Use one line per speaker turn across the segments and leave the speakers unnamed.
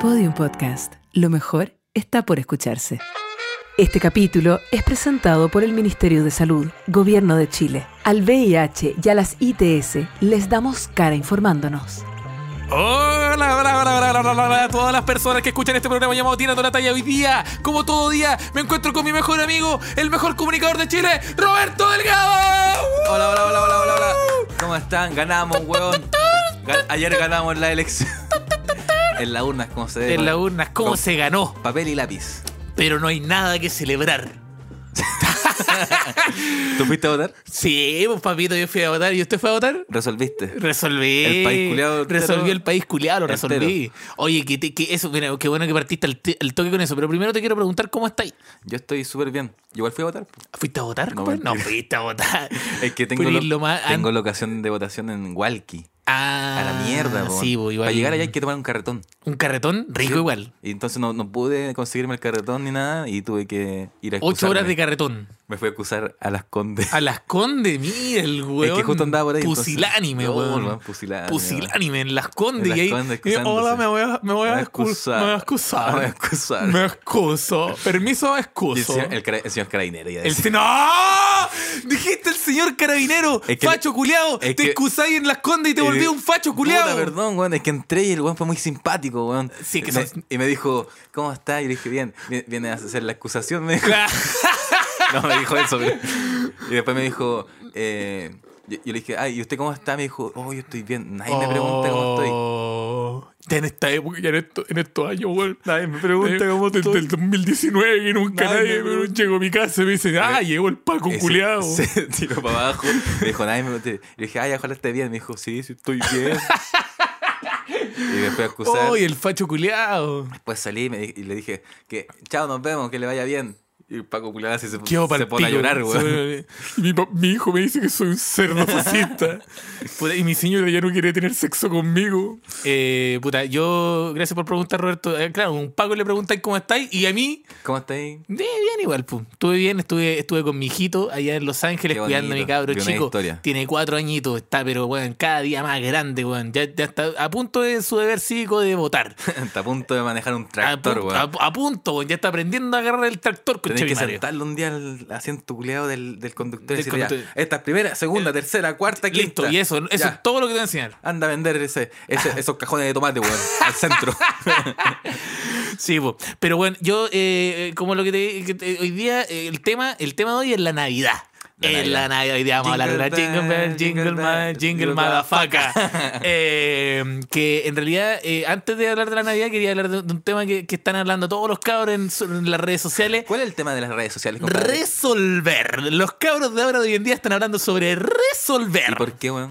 Podium Podcast. Lo mejor está por escucharse. Este capítulo es presentado por el Ministerio de Salud, Gobierno de Chile. Al VIH y a las ITS les damos cara informándonos.
Hola, hola, hola, hola, hola, hola, hola a todas las personas que escuchan este programa llamado Tirando la Talla hoy día, como todo día, me encuentro con mi mejor amigo, el mejor comunicador de Chile, Roberto Delgado. ¡Uh!
Hola, hola, hola, hola, hola, hola. ¿Cómo están? Ganamos, weón. Ga- ayer ganamos en la elección. en la urna, como se ve.
En la urna, ¿cómo se ganó?
Papel y lápiz.
Pero no hay nada que celebrar.
¿Tú fuiste a votar?
Sí, pues papito, yo fui a votar. ¿Y usted fue a votar?
Resolviste.
Resolví.
El país culiao entero.
Resolví el país culiado, lo
Entero.
resolví. Oye, que, te- que eso, mira, qué bueno que partiste al te- al toque con eso. Pero primero te quiero preguntar cómo estáis.
Yo estoy súper bien. Yo Igual fui a votar.
¿Fuiste a votar,
No,
compadre? No,
mentira.
fuiste a votar.
Es que tengo,
Por ir
lo-
lo más an-
tengo locación de votación en Walkie.
Ah,
A la mierda, weón.
Sí, pues, igual.
Para llegar allá hay que tomar un carretón.
Un carretón rico
Sí.
igual.
Y entonces no, no pude conseguirme el carretón ni nada y tuve que ir a
Ocho
excusarme.
horas de carretón.
Me fui a acusar a las condes.
A las condes, mira el weón.
es que justo andaba por ahí. entonces-
Pusilánime,
No,
weón.
weón, Pusilánime.
Pusilánime en las condes.
En
y
Las
ahí,
Condes,
y, Hola,
excusándose.
me voy a, me voy a,
Me voy a
excus-
excusar.
Me
Ah,
voy a
Me voy a
excusar.
excusar.
Me excuso. Permiso,
Y el,
excuso.
señor, el cara- el señor carabinero ya
El
decía.
se- ¡No! Dijiste el señor carabinero,
Es que-
facho culiao.
es
te
que-
excusáis en las condes y te volví
Eh,
un facho
puta,
culiao.
perdón, weón. Es que entré y el weón fue muy simpático, weón.
Sí, que
Me-
son-
Y me dijo, ¿cómo está? Y le dije, bien, vi- viene a hacer la acusación. Me dijo. no, me dijo eso. pero- Y después me dijo, eh, yo, yo le dije, ay, ¿y usted cómo está? Me dijo, oh, yo estoy bien. Nadie me pregunta cómo
Oh,
estoy.
cómo estoy. en esta época, ya en, esto- en estos años, weón.
Nadie me pregunta
Eh,
cómo
del-
estoy.
Del 2019 que nunca
Nadie
nadie,
me pregunta.
llegó a mi casa y me dice, ah, llegó el Paco
Ese-
culiao.
Se tiró para abajo. Me dijo, nadie me pregunta. Le dije, ay, ojalá esté bien. Me dijo, sí, sí, estoy bien. y me fui a acusar.
Oh, y el facho culiao.
Pues salí y, me di- y le dije que chao, nos vemos, que le vaya bien. Y Paco Culada se, se
Quedó pa'l
pone a
pico.
llorar, güey.
Se- Y mi, pa- mi hijo me dice que soy un cerdo fascista. Puta, y mi señora ya no quería tener sexo conmigo. Eh, puta, yo, gracias por preguntar, Roberto. Eh, claro, un Paco le preguntáis cómo estáis y a mí
¿Cómo está ahí?
Eh, bien igual, pum. Estuve bien, estuve, estuve con mi hijito allá en Los Ángeles
Qué
cuidando a mi
bonito.
cabro
Vi una
chico.
historia.
Tiene cuatro añitos, está, pero bueno, cada día más grande, weón. Ya, ya está a punto de su deber cívico de votar.
está a punto de manejar un
a,
tractor,
punto,
güey.
a- a punto, weón. Ya está aprendiendo a agarrar el tractor,
Tenés que
conchetumare.
sentarle un día al asiento culeado del, del conductor
Del
y decirle, ya,
conductor. Eh,
esta es primera, segunda, tercera, cuarta, quinta.
Listo, y eso, eso
Ya,
es todo lo que te voy a enseñar.
Anda a vender ese, ese- esos cajones de tomate, güey, al centro.
Sí, po. pero bueno, yo, eh, eh, como lo que te, que te- hoy día, eh, el tema el tema de hoy es la Navidad.
La
es
Navidad.
la Navidad, hoy día vamos a hablar de la Jingle
Jingle
Bell,
bell,
Jingle Bell, Jingle
jingle
Madafaca. Eh, que en realidad, eh, antes de hablar de la Navidad, quería hablar de, de un tema que, que están hablando todos los cabros en, su- en las redes sociales.
¿Cuál es el tema de las redes sociales, compadre?
Resolver. Los cabros de ahora de hoy en día están hablando sobre resolver.
¿Y por qué, güey?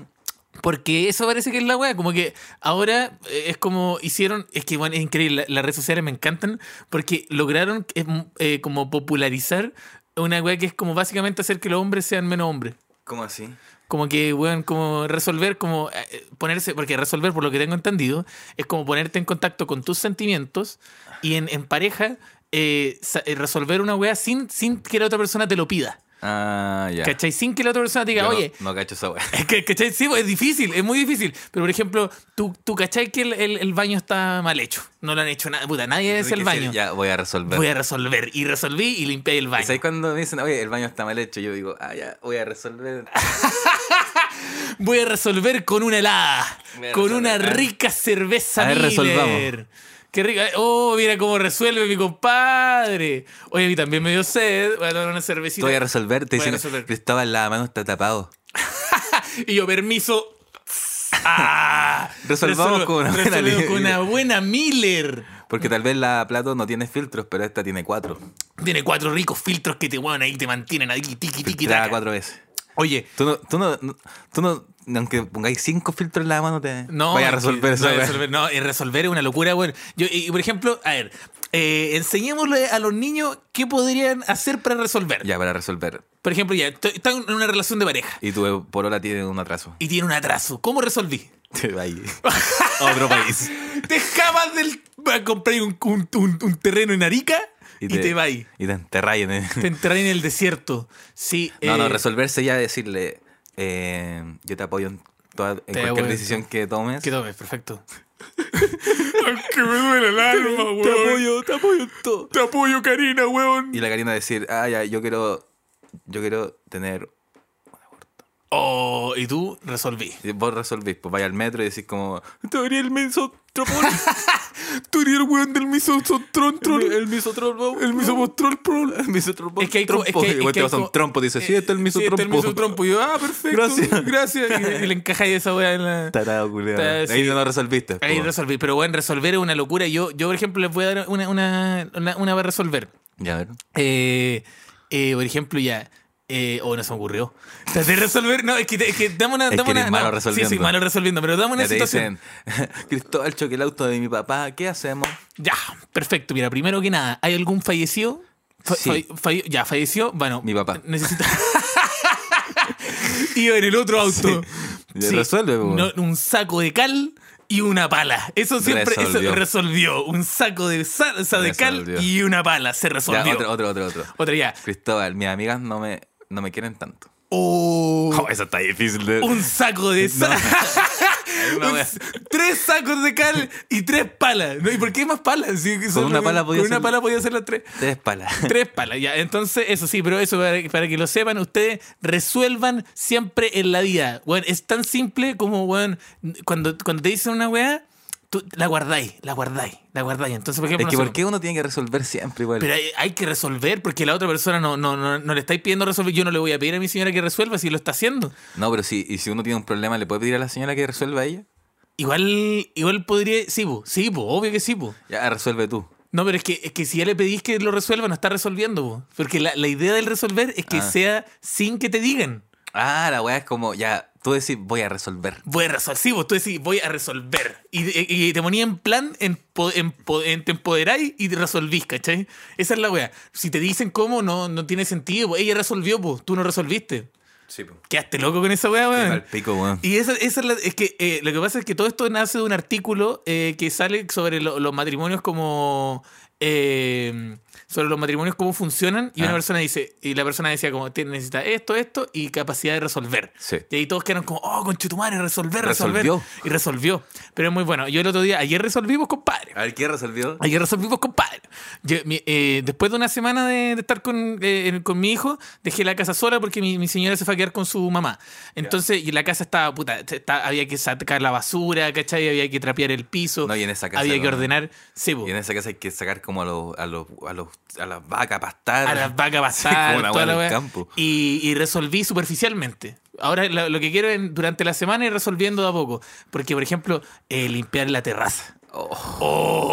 Porque eso parece que es la weá, como que ahora eh, es como hicieron, es que bueno, es increíble, la- las redes sociales me encantan porque lograron eh, eh, como popularizar una weá que es como básicamente hacer que los hombres sean menos hombres.
¿Cómo así?
Como que, weón, como resolver, como eh, eh, ponerse, porque resolver, por lo que tengo entendido, es como ponerte en contacto con tus sentimientos y en, en pareja eh, sa- eh, resolver una weá sin, sin que la otra persona te lo pida.
Ah, ya.
¿Cachai? Sin que la otra persona te diga,
Yo
oye,
No, no cacho esa, güey.
es que, ¿cachai? Sí, pues, es difícil, es muy difícil. Pero, por ejemplo, tú, tú ¿cachai que el, el- el baño está mal hecho? No lo han hecho nada, puta, nadie es el baño.
Ya, voy a resolver.
Voy a resolver. Y resolví y limpié el
¿Y
baño.
¿Sabes cuando me dicen, oye, el baño está mal hecho? Yo digo, ah, ya, voy a resolver.
Voy a resolver con una helada.
Voy a
Con
resolver.
una
A ver.
rica cerveza
A ver,
Miller.
resolvamos.
Qué rica. Oh, mira cómo resuelve mi compadre. Oye, a mí también me dio sed. Voy a tomar una
Tú
cervecita.
voy a resolver. Te
Voy a
dicen,
resolver.
Cristóbal, la mano está tapado.
Y yo, permiso. Ah,
Resolvamos con una buena
resolvemos
Miller.
con una buena Miller.
Porque tal vez la plato no tiene filtros, pero esta tiene cuatro.
Tiene cuatro ricos filtros que te weón ahí, te mantienen ahí, tiqui, tiqui,
Filtrada
taca.
cuatro veces.
Oye,
Tú no, tú no, no- tú no, aunque pongáis cinco filtros en la mano, te
no.
vaya a
es que-
resolver eso.
no, resolver, no, eh, resolver es una locura, weón. Yo, y, y, por ejemplo, a ver, eh, enseñémosle a los niños qué podrían hacer para resolver.
Ya, para resolver.
Por ejemplo, ya, estoy- están en una relación de pareja
Y tu polola tiene un atraso.
y tiene un atraso. ¿Cómo resolví?
Te va ahí. a otro país.
Te escapas del. a comprar un, un- un- un terreno en Arica y te, va ahí.
Y te enterráis en el-
Te enterrás en el desierto. Sí.
No, no,
eh,
resolverse ya decirle, eh, yo te apoyo en, toda, en
Te
cualquier
apoyo.
decisión que tomes.
Que tomes, perfecto. que me duele el alma, weón.
Te apoyo, te apoyo en todo.
Te apoyo, Karina, weón.
Y la Karina decir, ah, ya, yo quiero, yo quiero tener.
Oh, y tú resolví.
Y vos resolvís, pues vaya al metro y decís como, te abrí el misotropón.
Tú eres el weón del misotron,
el, el misotropón. El misotropón. El misotropón.
Es que hay co-
trompo.
es que-
Y
es
vos
que
te
hay
vas a un
co- eh,
trompo, dices, sí, este es el misotrompo.
Sí, está el misotrompo. Y yo, ah, perfecto.
Gracias.
Gracias. Gracias. Y, y le encajáis esa weá en la.
Tarado, culiao.
Ta-
Ahí
sí.
no lo resolviste. pues.
Ahí
po.
resolví. Pero bueno, resolver es una locura. Yo, yo por ejemplo, les voy a dar una, una, una, una para resolver.
Ya, a ver.
Eh, eh, por ejemplo, ya. Eh, oh, no se me ocurrió. Traté de resolver. No, es que, es que dame una.
Es que
Dame una
eres malo
no,
resolviendo.
Sí, soy malo resolviendo, pero dame una
Ya te
situación.
dicen, Cristóbal choque el auto de mi papá, ¿qué hacemos?
Ya, perfecto. Mira, primero que nada, ¿hay algún fallecido? Fa-
Sí.
fa- falle- ya, falleció. Bueno,
Mi papá.
Necesita. Iba en el otro auto.
Ya resuelve, po.
No, un saco de cal y una pala. Eso siempre eso
Resolvió.
resolvió. Un saco de salsa de
Resolvió.
cal y una pala. Se resolvió.
Ya, otro, otro, otro, otro.
Otra ya.
Cristóbal, mis amigas no me, no me quieren tanto.
Oh,
eso está difícil de.
un saco de sal.
no,
Un-
wea.
tres sacos de cal y tres palas. ¿No? ¿Y por qué más palas? Sí, que son-
una pala podía
con una
ser-
pala podía hacer las tres.
Tres palas.
Tres palas, ya. Entonces, eso sí, pero eso para, para que lo sepan, ustedes resuelvan siempre en la vida. Bueno, es tan simple como, weón, cuando, cuando te dicen una weá, tú la guardáis, la guardáis, la guardáis. Entonces, por
Es
ejemplo,
que
no sé,
¿por qué uno tiene que resolver siempre igual?
pero hay, hay que resolver porque la otra persona no, no, no, no le estáis pidiendo resolver. Yo no le voy a pedir a mi señora que resuelva si lo está haciendo.
No, pero si, y si uno tiene un problema, ¿le puede pedir a la señora que resuelva a ella?
Igual, igual podría. Sí, po, sí, po, obvio que sí, po.
Ya, ah, resuelve tú.
No, pero es que, es que si ya le pedís que lo resuelva, no está resolviendo, po. Porque la, la idea del resolver es que
Ah.
sea sin que te digan.
Ah, la weá es como, ya, tú decís, voy a resolver.
Voy a resolver. Sí, vos tú decís, voy a resolver. Y, y- y te ponía en plan, en, po- en po- en- te empoderáis y te resolvís, ¿cachai? Esa es la wea. Si te dicen cómo, no, no tiene sentido. po. Ella resolvió, pues tú no resolviste.
Sí, pues.
Quedaste loco con esa wea, weón.
pico, weón.
Eh. Y esa, esa es, la- es que eh, lo que pasa es que todo esto nace de un artículo eh, que sale sobre lo- los matrimonios como eh, sobre los matrimonios cómo funcionan y
Ah.
una persona dice y la persona decía como "Te- necesita esto esto y capacidad de resolver
Sí.
y ahí todos quedaron como oh conchetumare resolver resolver
Resolvió.
y resolvió pero es muy bueno yo el otro día ayer resolvimos compadre
A ver, ¿qué resolvió?
Ayer resolvimos, compadre. Yo, mi- eh, después de una semana de, de estar con, eh, en- con mi hijo, dejé la casa sola porque mi, mi señora se fue a quedar con su mamá. Entonces, y la casa estaba puta. está- había que sacar la basura, ¿cachai? Había que trapear el piso.
No, y en esa casa
había que
no.
ordenar. Sí, po.
Y en esa casa hay que sacar como a los, a los, a los, a las vacas a pastar.
a las vacas
Ah. Sí,
pasar,
como una
toda
weá
la
del
weá.
campo.
Y, y resolví superficialmente. Ahora lo, lo que quiero en- durante la semana es resolviendo de a poco. Porque, por ejemplo, eh, limpiar la terraza.
Oh,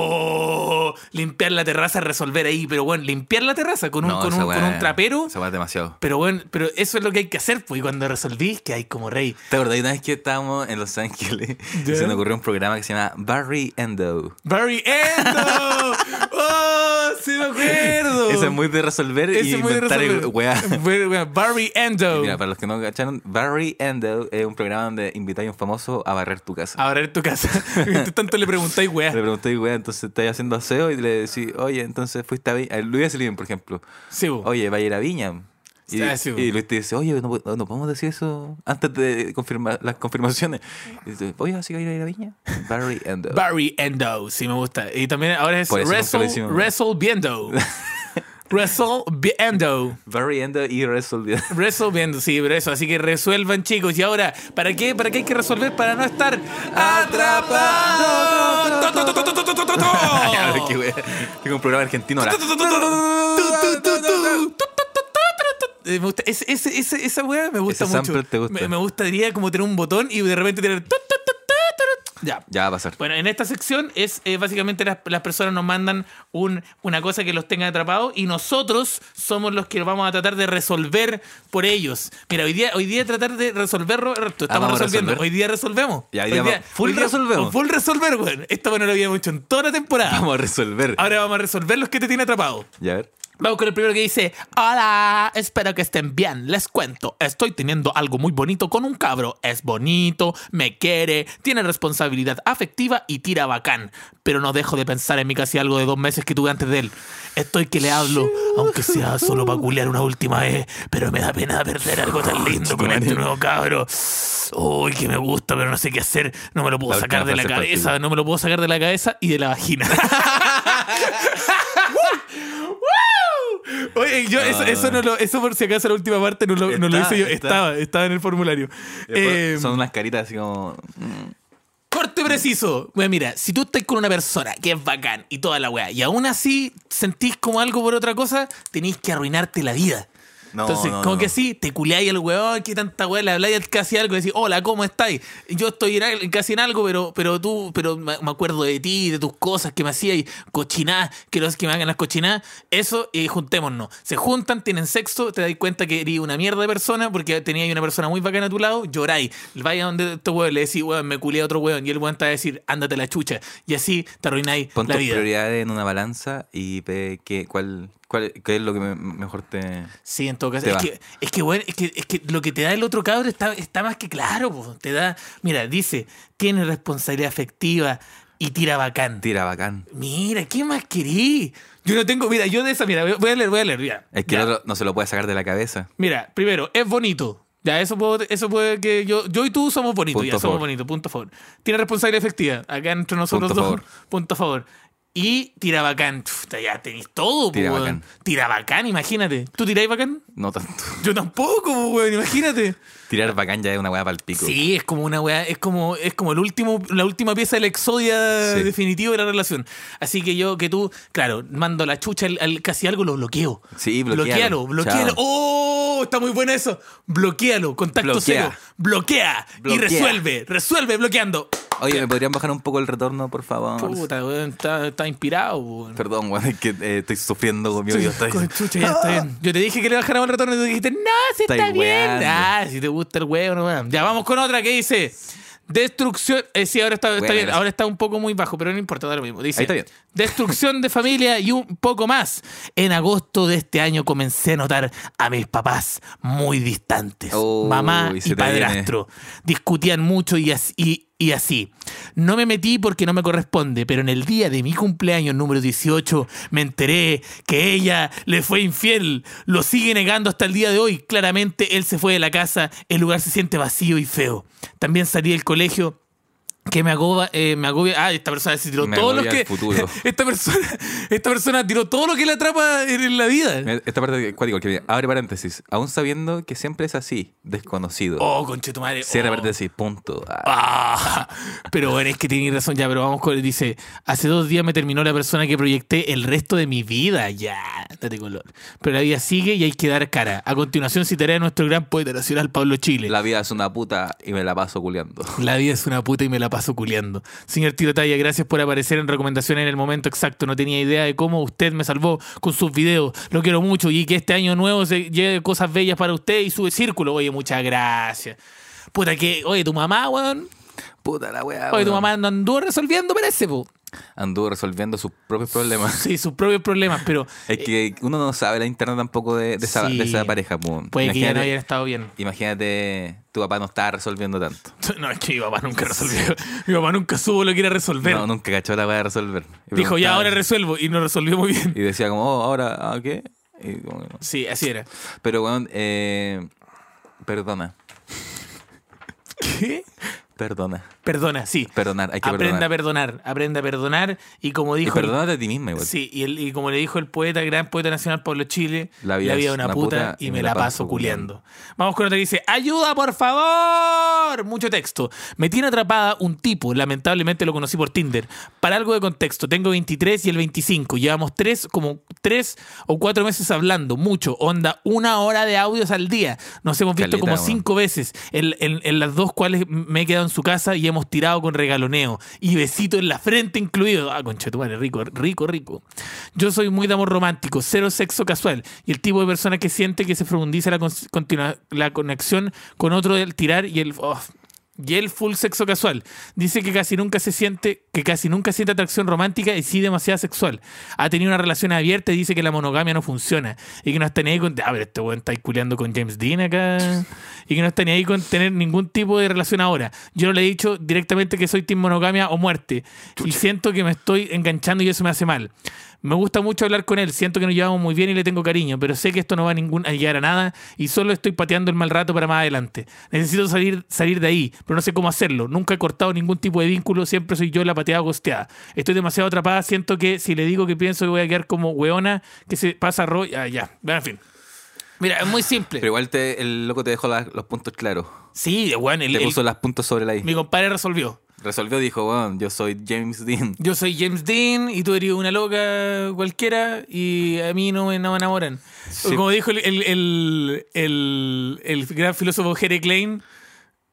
Oh, limpiar la terraza, resolver ahí, pero bueno, limpiar la terraza con un,
no,
con
esa
un, con
weá-
un trapero.
Esa weá es demasiado.
Pero bueno, pero eso es lo que hay que hacer, pues. Y cuando resolví, que hay como rey.
¿Te acordás una vez que estábamos en Los Ángeles? y
Ya.
Se nos ocurrió un programa que se llama Barry Endo.
Barry Endo. ¡Oh! Sí me acuerdo.
Ese es muy de resolver
Oh. Ese
y
es muy de
inventar
resolver.
weá.
Bueno, bueno, Barry Endo.
Mira, para los que no cacharon, Barry Endo es un programa donde invitáis a un famoso a barrer tu casa.
Ahora en tu casa. Mientras tanto le preguntáis,
Le
weá.
preguntáis, weá, entonces estáis haciendo aseo y le decís, oye, entonces fuiste a Viña. A Luis Slim, por ejemplo.
Sí, po.
Oye, va a ir a Viña. Y,
Ah, Oh. sí, po.
y Luis te dice, oye, no, po- no podemos decir eso antes de confirmar las confirmaciones. Y dice, oye, así que va a ir a Viña. Barry Endo.
Barry Endo, sí me gusta. Y también ahora es
Por eso nunca lo
Wrestle,
hicimos.
Wrestle Viendo. Wrestle Viendo.
Barry Endo y Resolvido.
Resolviendo, sí, pero eso. Así que resuelvan, chicos. Y ahora, ¿para qué? ¿Para qué hay que resolver? Para no estar atrapados. ¡To, to, to, to, to, to, to, to!
Ya, pero qué wea. Tengo un programa argentino ahora.
Tu, tu, tu, tu, tu, tu, tu, tu, tu, Eh, me gusta. Ese- ese- ese- esa weá me gusta
Ese
mucho.
sample te gusta.
Me, me gustaría como tener un botón y de repente tener. tu, tu, tu, tu, tu. Ya.
Ya va a pasar.
Bueno, en esta sección es eh, básicamente las, las personas nos mandan un- una cosa que los tenga atrapados y nosotros somos los que vamos a tratar de resolver por ellos. Mira, hoy día, hoy día tratar de resolverlo, re- estamos
Ah, vamos a
resolviendo.
resolver.
Hoy día resolvemos.
Ya, hoy día va- full resolvemos.
Full resolver, weón. Esto no lo habíamos hecho en toda la temporada.
Vamos a resolver.
Ahora vamos a resolver los que te tienen atrapado.
Ya a ver.
Vamos con el primero que dice, hola, espero que estén bien, les cuento, estoy teniendo algo muy bonito con un cabro, es bonito, me quiere, tiene responsabilidad afectiva y tira bacán, pero no dejo de pensar en mi casi algo de dos meses que tuve antes de él. Estoy que le hablo, aunque sea solo para culiar una última vez, pero me da pena perder algo tan lindo con este nuevo cabro. Uy, que me gusta, pero no sé qué hacer, no me lo puedo
La
sacar de la
última frase
cabeza,
partida.
no me lo puedo sacar de la cabeza y de la vagina. Oye, yo eso,
Ah.
eso no lo, eso por si acaso la última parte no lo, no lo
Está,
hice yo.
está.
Estaba, estaba en el formulario.
Y
Eh,
después son unas caritas así como. mm,
Corte preciso. Bueno, mira, si tú estás con una persona que es bacán y toda la weá, y aún así sentís como algo por otra cosa, tenéis que arruinarte la vida.
No,
Entonces,
no,
como
no.
que sí, te culeáis al weón, que tanta weá, le habláis al casi algo y decís, hola, ¿cómo estáis? Yo estoy en al- casi en algo, pero, pero tú, pero me me acuerdo de ti, de tus cosas que me hacías y cochinadas, que los que me hagan las cochinadas, eso, y juntémonos. Se juntan, tienen sexo, te dais cuenta que eres una mierda de persona porque tenías una persona muy bacana a tu lado, lloráis. Vais a donde este weón le decís, weón, me culé a otro weón, y el weón te va a decir, ándate a la chucha. Y así te arruináis
Pon
la
tus
vida.
prioridades en una balanza y ve qué, cuál, cuál, qué es lo que me- mejor te.
Sí, en todo caso.
Te
Es
va.
que, es, que, bueno, es, que, es que lo que te da el otro cabro está, está más que claro. po. Te da, mira, dice, tiene responsabilidad afectiva y tira bacán.
Tira bacán.
Mira, ¿qué más querí? Yo no tengo, mira, yo de esa, mira, voy- voy a leer, voy a leer, mira.
Es que
Ya.
el otro no se lo puede sacar de la cabeza.
Mira, primero, es bonito. Ya, eso puede, eso puede que yo, yo y tú somos bonitos,
Punto
ya
a
somos
favor.
bonitos, punto a favor. Tiene responsabilidad efectiva, acá entre nosotros
Punto a
dos,
favor.
punto a favor. Y tira bacán, Uf, ya tenéis todo,
Tira
po, weón.
bacán.
Tira bacán, imagínate. ¿Tú tiráis bacán?
No tanto.
Yo tampoco, po, weón, imagínate.
Tirar bacán ya es una weá para el pico.
Sí, es como una weá, es como, es como el último, la última pieza del exodia
Sí.
definitivo de la relación. Así que yo, que tú, claro, mando la chucha al, al casi algo, lo bloqueo.
Sí,
Bloquealo,
bloquéalo.
bloquéalo.
Chao.
¡Oh! Está muy bueno eso. Bloquealo, contacto
Bloquea.
cero. Bloquea, y
Bloquea.
resuelve, resuelve bloqueando.
Oye, ¿me podrían bajar un poco el retorno, por favor?
Puta, weón, está, está inspirado, weón.
Perdón, weón, es que eh, estoy sufriendo con mi oído.
Estoy-
Estoy...
con chucha, ya está bien. Yo te dije que le bajáramos el retorno y tú dijiste, no, si
Estáis
está bien.
weando.
Ah, si te gusta el huevo, no weón. Ya vamos con otra que dice. Destrucción. Eh, sí, ahora está, está
Bueno,
bien.
gracias.
Ahora está un poco muy bajo, pero no importa, da lo mismo. Dice:
Ahí está bien.
Destrucción de familia y un poco más. En agosto de este año comencé a notar a mis papás muy distantes.
Oh,
Mamá
y
y,
se te viene.
padrastro. Discutían mucho y así. y- y así. No me metí porque no me corresponde, pero en el día de mi cumpleaños número 18 me enteré que ella le fue infiel. Lo sigue negando hasta el día de hoy. Claramente él se fue de la casa, el lugar se siente vacío y feo. También salí del colegio que me agobia, me agobia. Ah, esta persona se tiró
Me
todo lo
agobia el
que.
futuro.
Esta persona, esta persona tiró todo lo que le atrapa en, en la vida.
Mira, Esta parte de cuático, que viene. abre paréntesis. Aún sabiendo que siempre es así, desconocido.
Oh, conchetumare.
Cierra
oh.
paréntesis, punto. Ah,
Ah, pero bueno, es que tiene razón ya, pero vamos con dice, hace dos días me terminó la persona que proyecté el resto de mi vida, ya, date color. Pero la vida sigue y hay que dar cara. A continuación citaré a nuestro gran poeta nacional Pablo Chile. La,
La vida es una puta y me la paso culeando.
vida es una puta y me la paso culeando. Señor Tirotaya, gracias por aparecer en recomendaciones en el momento exacto. No tenía idea de cómo usted me salvó con sus videos. Lo quiero mucho y que este año nuevo se lleve cosas bellas para usted y su círculo. Oye, muchas gracias. Puta que, oye, tu mamá, weón.
Puta la weá.
Oye, tu
weón.
mamá no anduvo resolviendo, parece, po.
Anduvo resolviendo sus propios problemas.
Sí, sus propios problemas, pero
Es que uno no sabe la interna tampoco de, de esa,
Eh, Sí.
de esa pareja. po.
puede que ya no
Imagínate-
hayan estado bien.
Imagínate, tu papá no estaba resolviendo tanto.
No, es que mi papá nunca resolvió. Mi papá nunca supo lo que era resolver.
No, nunca cachó la weá de resolver. Y
Dijo, ya
preguntaba-
ahora resuelvo, y no resolvió muy bien.
Y decía como, oh, ahora, ah, ¿qué? Y como que no.
Sí, así era.
Pero weón, eh, perdona,
¿Qué?
perdona,
Perdona, sí.
perdonar, hay que
Aprenda a
perdonar.
perdonar, aprenda a perdonar. Y como
Y
dijo. el-
perdónate a ti misma igual.
sí, y, el- y como le dijo el poeta, gran poeta nacional Pablo Chile, la vida, es una puta, y me la paso culeando. Vamos con otra que dice, ayuda por favor. Mucho texto. Me tiene atrapada un tipo, lamentablemente lo conocí por Tinder. Para algo de contexto, tengo 23 y el 25. Llevamos tres, como tres o cuatro meses hablando, mucho. Onda, una hora de audios al día. Nos hemos visto
Caleta,
como
weón.
cinco veces, en, en- en las dos cuales me he quedado en su casa y hemos tirado con regaloneo. Y besito en la frente incluido. Ah, conchetumare, rico, rico, rico. Yo soy muy de amor romántico, cero sexo casual. Y el tipo de persona que siente que se profundiza la, cons- continua- la conexión con otro del tirar y el. oh, Y él full sexo casual. Dice que casi nunca se siente, que casi nunca siente atracción romántica y sí demasiada sexual. Ha tenido una relación abierta y dice que la monogamia no funciona. Y que no está ni ahí con. Ah, pero este weón está ahí culeando con James Dean acá. Y que no está ni ahí con tener ningún tipo de relación ahora. Yo no le he dicho directamente que soy team monogamia o muerte. Y siento que me estoy enganchando y eso me hace mal. Me gusta mucho hablar con él, siento que nos llevamos muy bien y le tengo cariño, pero sé que esto no va a, ningún, a llegar a nada y solo estoy pateando el mal rato para más adelante. Necesito salir, salir de ahí, pero no sé cómo hacerlo. Nunca he cortado ningún tipo de vínculo, siempre soy yo la pateada o costeada. Estoy demasiado atrapada, siento que si le digo que pienso que voy a quedar como weona, que se pasa rollo. Ah, ya, Bueno, en fin. Mira, es muy simple.
Pero igual te, el loco te dejó la- los puntos claros.
sí, weón, el-
Te
el-
puso las puntos sobre la I.
mi compadre resolvió.
Resolvió, dijo, weón, yo soy James Dean.
Yo soy James Dean y tú eres una loca cualquiera y a mí no me, no me enamoran.
Sí.
Como dijo el, el, el, el- el gran filósofo Jerry Klein,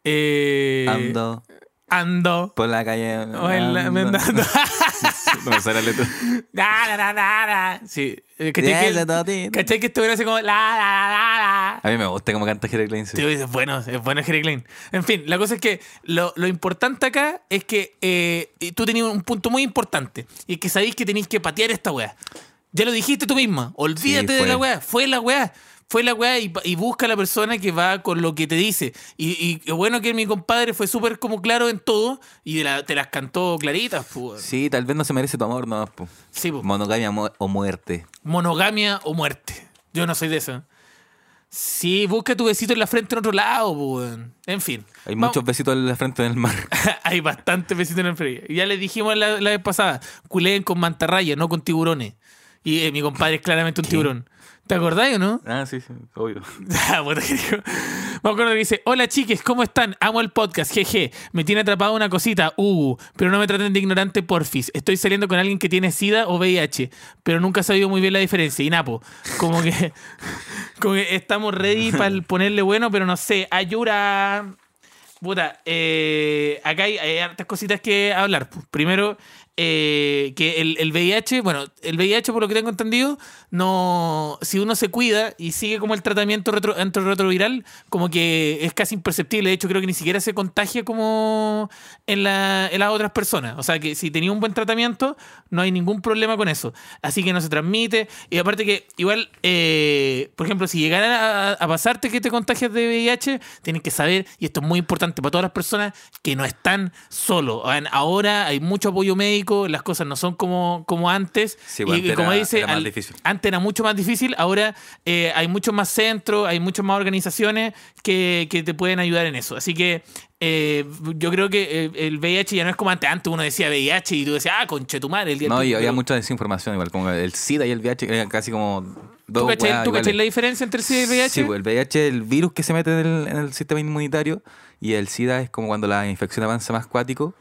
eh,
Ando
ando.
por la calle. Ando.
o el-
No
me- ando.
me sale la letra.
Da, da, da, da, da. Sí, eh, ¿cachai que,
Yes, totito.
cachai que estuviera así como la, la, la, la?
A mí me gusta cómo canta Jerry Klein. sí.
Tío, es bueno, es bueno Jerry Klein. En fin, la cosa es que lo, lo importante acá es que eh, y tú tenías un punto muy importante y es que sabéis que tenéis que patear esta weá. Ya lo dijiste tú misma, olvídate
Sí,
de
fue.
la weá, fue la weá. Fue la weá y, pa- y busca a la persona que va con lo que te dice. Y, y qué bueno que mi compadre fue súper como claro en todo y de la- te las cantó claritas. pu.
Sí, tal vez no se merece tu amor, no. po.
Sí, pu.
Monogamia mo- o muerte.
monogamia o muerte. Yo no soy de eso. Sí, busca tu besito en la frente en otro lado, pu, weón. En fin.
Hay
Vamos-
muchos besitos en la frente del mar.
Hay bastante besitos en el frío. Ya les dijimos la, la vez pasada, culeen con mantarrayas, no con tiburones. Y eh, mi compadre es claramente un tiburón. ¿Te acordáis o no?
Ah, sí, sí, obvio.
Ah, puta que digo. Me acuerdo que dice, hola chiques, ¿cómo están? Amo el podcast, jeje. Me tiene atrapada una cosita, uh, pero no me traten de ignorante porfis. Estoy saliendo con alguien que tiene SIDA o VIH, pero nunca he sabido muy bien la diferencia. Y Napo, como que, como que estamos ready para ponerle bueno, pero no sé, ayura. Puta, eh, acá hay, hay hartas cositas que hablar. pu. Primero, eh, que el, el VIH, bueno, el VIH, por lo que tengo entendido, no si uno se cuida y sigue como el tratamiento retro, antirretroviral, como que es casi imperceptible. De hecho, creo que ni siquiera se contagia como en, la- en las otras personas. O sea, que si tenía un buen tratamiento, no hay ningún problema con eso. Así que no se transmite. Y aparte que, igual, eh, por ejemplo, si llegara a, a pasarte que te contagias de VIH, tienes que saber, y esto es muy importante para todas las personas, que no están solos. Ahora- Ahora hay mucho apoyo médico, las cosas no son como, como antes.
Sí,
y,
bueno,
y
antes
como
era-
dice,
era más
al-
difícil.
antes era mucho más difícil, ahora eh, hay muchos más centros, hay muchas más organizaciones que, que te pueden ayudar en eso. Así que eh, yo creo que eh, el VIH ya no es como antes. Antes uno decía VIH y tú decías, ah, conche tu madre. El día
No,
del-
y había
pero-
mucha desinformación igual, como el SIDA y el VIH eran casi como dos
¿Tú cachai,
weas
tú cachai
iguales.
la diferencia entre el SIDA y el VIH?
Sí, pues, el VIH es el virus que se mete en el, en el sistema inmunitario y el SIDA es como cuando la infección avanza más cuático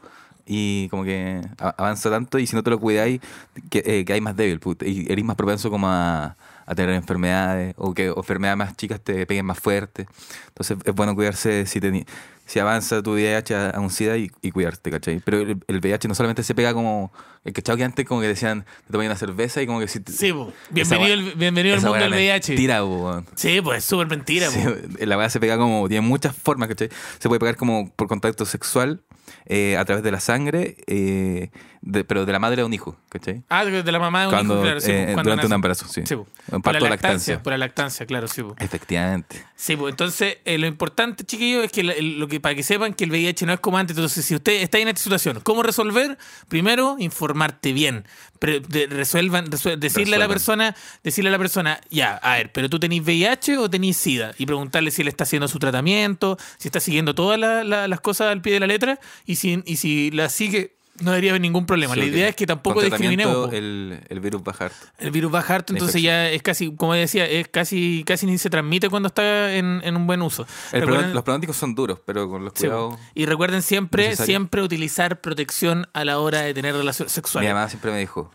y como que a- avanza tanto y si no te lo cuidáis que, eh, que hay más débil put- y eres más propenso como a, a tener enfermedades o que enfermedades más chicas te peguen más fuerte. Entonces es bueno cuidarse si teni- si avanza tu VIH a, a un SIDA y, y cuidarte, ¿cachai? Pero el, el VIH no solamente se pega como... El cachado que antes como que decían, te tomáis una cerveza y como que si... te-
Sí, po.
Esa
bienvenido,
wea-
al- bienvenido al
esa
mundo
wea
del
era
VIH.
Mentira, po, weón.
Sí, pues es súper mentira.
Sí,
po.
la weá se pega como, tiene muchas formas, ¿cachai? Se puede pegar como por contacto sexual, eh, a través de la sangre, eh, de- pero de la madre a un hijo, ¿cachai?
Ah, de de la mamá de un
Cuando,
hijo, claro. sí, po,
eh,
cuando
durante un
nace.
embarazo, sí.
Sí, po.
Un
por la
parto
lactancia,
de lactancia.
Por la lactancia, claro, sí. pues. po.
Efectivamente.
Sí, pues entonces eh, lo importante, chiquillos, es que la- el- lo que para que sepan que el VIH no es como antes. Entonces, si usted está en esta situación, ¿cómo resolver? Primero, informarte bien. Pre- de- resuelvan, resue- decirle a la
Resuelvan.
persona, decirle a la persona, ya, a ver, pero tú tenés VIH o tenés SIDA. Y preguntarle si él está haciendo su tratamiento, si está siguiendo todas la- la- las cosas al pie de la letra, y si, y si la sigue, no debería haber ningún problema.
Sí,
pues, la
porque
idea es que tampoco pues.
con tratamiento
discriminemos. po.
El, el virus bajar.
El virus baja harto,
La
entonces ya es casi, como decía, es casi, casi ni se transmite cuando está en, en un buen uso.
El
Recuerden-
pro- los pronósticos son duros, pero con los
Sí, pues,
cuidados...
y recuerden siempre,
necesarios.
siempre utilizar protección a la hora de tener relaciones
Mi
sexuales.
mamá siempre me dijo,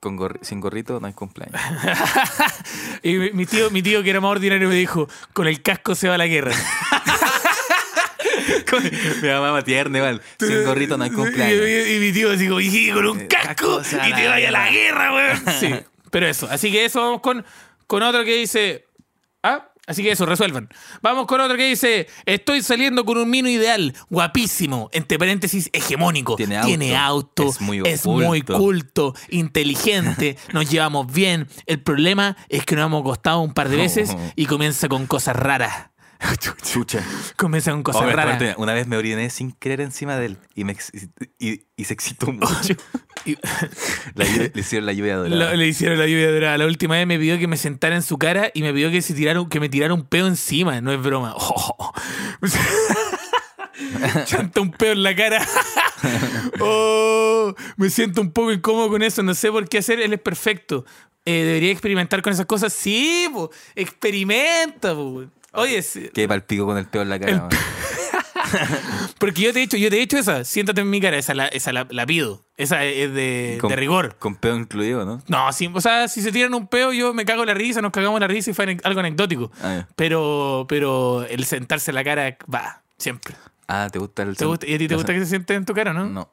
con gorri- sin gorrito no hay cumpleaños.
Y mi, mi tío, mi tío que era más ordinario me dijo, con el casco se va a la guerra.
Mi mamá me tierna igual, sin gorrito no hay cumpleaños.
Y, y- y mi tío así como, "Y con un
Eh,
casco
casco se va
y
la
te vaya a la
guerra".
guerra, weón. Sí, pero eso. Así que eso vamos con, con otro que dice, ah, Así que eso, resuelvan. Vamos con otro que dice: Estoy saliendo con un mino ideal, guapísimo, entre paréntesis, hegemónico.
Tiene
Tiene
auto,
auto,
es muy
es muy
oculto".
culto, inteligente, nos llevamos bien. El problema es que nos hemos acostado un par de veces y comienza con cosas raras.
Chucha.
comienza con cosas
Oh, me
raras.
acuerdo, Una vez me oriné sin querer encima de él y, me ex- y, y se excitó mucho.
Y-
La lluvia- le hicieron la lluvia dorada.
La- le hicieron la lluvia dorada. La última vez me pidió que me sentara en su cara y me pidió que, se tirara, un- que me tirara un peo encima. No es broma. Oh. Chanta un peo en la cara. Oh, me siento un poco incómodo con eso. No sé por qué hacer. Él es perfecto. Eh, ¿Debería experimentar con esas cosas? Sí, po. experimenta. po. Oye, sí.
Que palpico con el peo en la cara. man.
porque yo te he hecho, yo te he hecho esa. Siéntate en mi cara. Esa la, esa la, la pido. Esa es de,
Con-
de rigor.
Con peo incluido, ¿no?
No, sí, o sea, si se tiran un peo, yo me cago en la risa, nos cagamos en la risa y fue ane- algo anecdótico.
Ah, ya.
Pero, pero el sentarse en la cara va, siempre.
Ah, ¿te gusta el
¿Te gusta- ¿Y a ti te
la-
gusta que se sienten en tu cara, no?
No,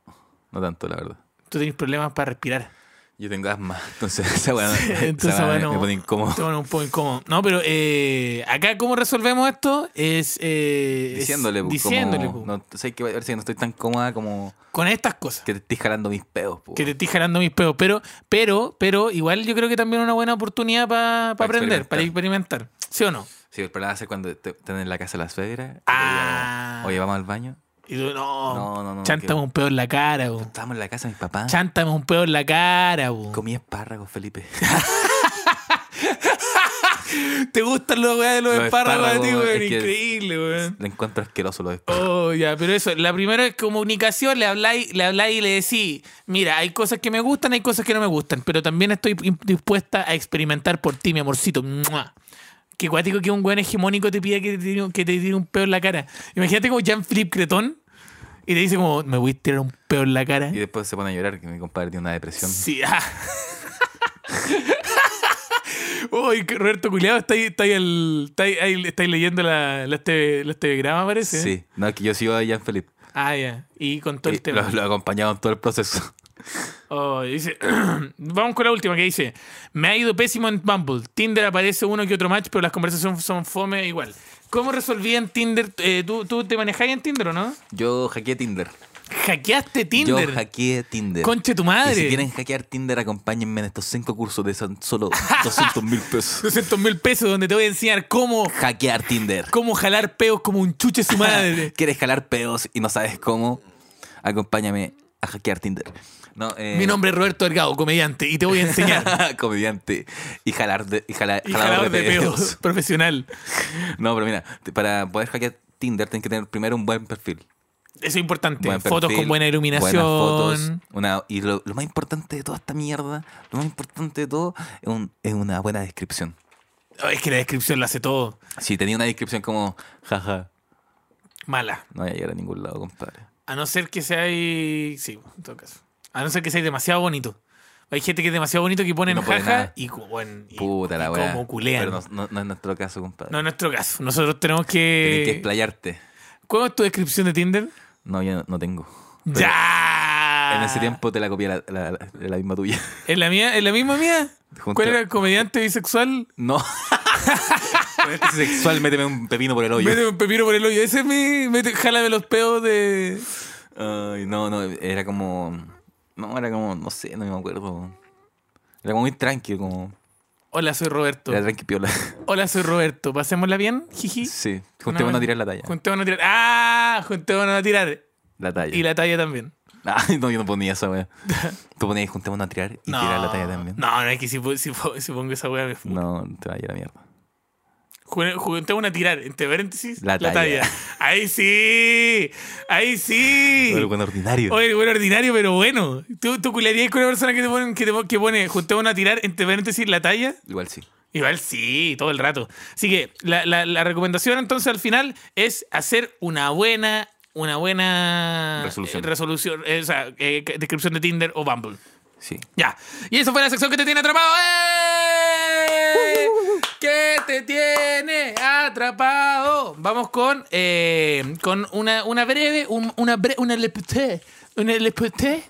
no tanto, la verdad.
Tú tenés problemas para respirar.
Yo tengo asma, entonces esa weá
Entonces,
esa weá me-
bueno,
me pone incómodo.
Te pone un poco incómodo. No, pero eh, acá, ¿cómo resolvemos esto? Es. eh, es
Diciéndole, pues,
diciéndole,
como,
pues,
no, sé que parece que no estoy tan cómoda como
Con estas cosas.
que te estoy jalando mis pues. pedos, po.
Que te estoy jalando mis peos. Pero, pero, pero, igual yo creo que también es una buena oportunidad para
Pa
aprender, para experimentar. ¿Sí o no?
Sí, el problema es cuando te, están en la casa de la suegra. y te
Ah. Oh,
digan, Oye, vamos al baño.
Y tú, no,
No, no, no,
chántame
que-
un pedo en la cara, bo.
Estábamos en la casa de mis papás.
Ah. Chántame un pedo en la cara, bo.
Comí espárragos, Felipe.
¿Te gustan los weas de los,
Los
espárragos a ti,
espárragos,
weón?
es que-
Increíble, weón.
Le encuentro asqueroso los espárragos.
Oh, ya, pero eso, la primera es comunicación, le habláis, le habláis y le decís, mira, hay cosas que me gustan, hay cosas que no me gustan, pero también estoy im- dispuesta a experimentar por ti, mi amorcito. ¡Mua! Qué cuático que un weón hegemónico te pida que te tire, un- que te tire un peo en la cara. Imagínate como Jean-Philippe Cretón y te dice como, me voy a tirar un peo en la cara.
Y después se pone a llorar que mi compadre tiene una depresión.
Oh. Sí, ah. Uy, que Roberto Culeado, está ahí, está ahí, el- está ahí- ahí está ahí leyendo la, este, la TV, los telegramas, parece. ¿eh?
Sí. No, es que yo sigo a Jean Felipe.
Ah, ya. Y con todo el
Y
tema.
Lo, lo he acompañado en todo el proceso.
Oh, dice, vamos con la última que dice, me ha ido pésimo en Bumble. Tinder aparece uno que otro match, pero las conversaciones son fome igual. ¿Cómo resolví en Tinder? Eh, ¿tú, tú te manejáis en Tinder o no?
Yo hackeé Tinder.
¿Hackeaste Tinder?
Yo hackeé Tinder.
Conche tu
Y
madre.
si quieren hackear Tinder, acompáñenme en estos cinco cursos de son solo 200 mil pesos.
200 mil pesos donde te voy a enseñar cómo,
Hackear Tinder.
cómo jalar peos como un chuche su madre.
¿Quieres jalar pedos y no sabes cómo? Acompáñame a hackear Tinder. No, eh,
Mi nombre es Roberto Delgado, comediante, y te voy a enseñar.
comediante y jalar de, y jala-
y
jalador
jalador de peos
pedos.
profesional.
No, pero mira, te- para poder hackear Tinder tienes que tener primero un buen perfil.
Eso es importante.
Buen
fotos
perfil,
con buena iluminación.
buenas fotos, una- y lo, lo más importante de toda esta mierda, lo más importante de todo es, un- es una buena descripción.
Oh, es que la descripción la hace todo.
Si tenía una descripción como, jaja,
Mala.
no voy a llegar a ningún lado, compadre.
A no ser que seáis. Sí, en todo caso. A no ser que seáis demasiado bonito. Hay gente que es demasiado bonito que ponen
Y no pone
jaja
nada.
y, cu- bueno, y-
Puta
y
la weá.
como culean.
Pero no,
no,
no- no es nuestro caso, compadre.
es nuestro caso. Nosotros tenemos
Tenés que
que.
explayarte.
¿Cuál es tu descripción de Tinder?
No, yo no, no tengo. Pero
¡Ya!
En ese tiempo te la copié la, la- la- la misma tuya.
¿Es la mía? ¿Es la misma mía?
Junto-
¿Cuál era el comediante bisexual?
No. Con este sexual, méteme un pepino por el hoyo.
Mete un pepino por el hoyo. Ese es mi. mete- jálame los peos de.
Ay, no, no, era como. No, era como, no sé, no me acuerdo. Era como muy tranquilo, como.
Hola, soy Roberto.
Era tranqui piola.
Hola, soy Roberto. Pasémosla bien, jiji.
Sí, juntémonos a tirar la talla.
Juntémonos a tirar. ¡Ah! Juntémonos a tirar.
La talla.
Y la talla también.
Ay, no, yo no ponía esa wea. Tú ponías juntémonos a tirar y tirar la talla también.
No, no, es que si, po- si, po- si pongo esa weá me fumo.
No, te vaya a la mierda.
una tirar, entre paréntesis,
La
la,
talla.
talla. Ahí sí. Ahí sí.
Pero con ordinario.
Oye, bueno, ordinario, pero bueno. ¿Tú, tú culiarías con una persona que te pone, que te pon- que pone juntémonos a tirar, entre paréntesis, la talla?
Igual sí.
Igual sí, todo el rato. Así que la, la- la recomendación entonces al final es hacer una buena, una buena
Resolución.
eh, resolución, eh, o sea, eh, descripción de Tinder o Bumble.
Sí.
Ya. Y eso fue la sección que te tiene atrapado. ¡Eh! Que te tiene atrapado. Vamos con, eh, con una, una breve, un- una, bre- una, lepte- ¿Una lepeté?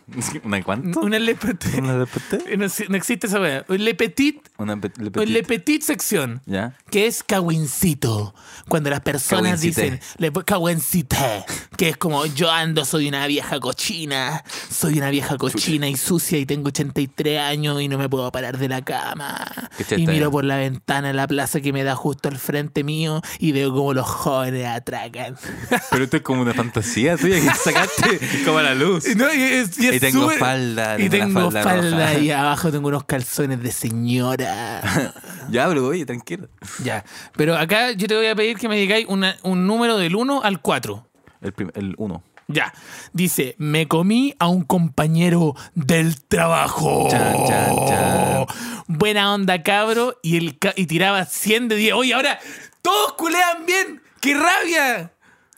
¿Una cuánto?
¿Una lepeté?
¿Una lepeté?
No, si- no existe esa wea. Un lepetit,
Una pe- lepetit.
un lepetit sección.
¿Ya?
Que es cahuincito. Cuando las personas
Cahuincité.
dicen le cahuincité. Que es como yo ando, soy una vieja cochina. Soy una vieja cochina y sucia y tengo 83 años y no me puedo parar de la cama.
Qué cheta,
Y miro
ya.
por la ventana la plaza que me da justo al frente mío y veo como los jóvenes atracan.
Pero esto es como una fantasía tuya que sacaste como a la luz.
No, y, es- y es
Y tengo
súper-
falda,
Y
tengo una
tengo
falda
falda,
roja.
y abajo tengo unos calzones de señora.
Ya, pero oye, tranquilo.
ya. Pero acá yo te voy a pedir que me digáis una- un número del 1 al 4.
El, prim- el uno.
Ya. Dice, me comí a un compañero del trabajo.
Chan, chan, chan.
Buena onda, cabro. Y, el ca- y tiraba 100 de 10. Oye, ahora todos culean bien. ¡Qué rabia!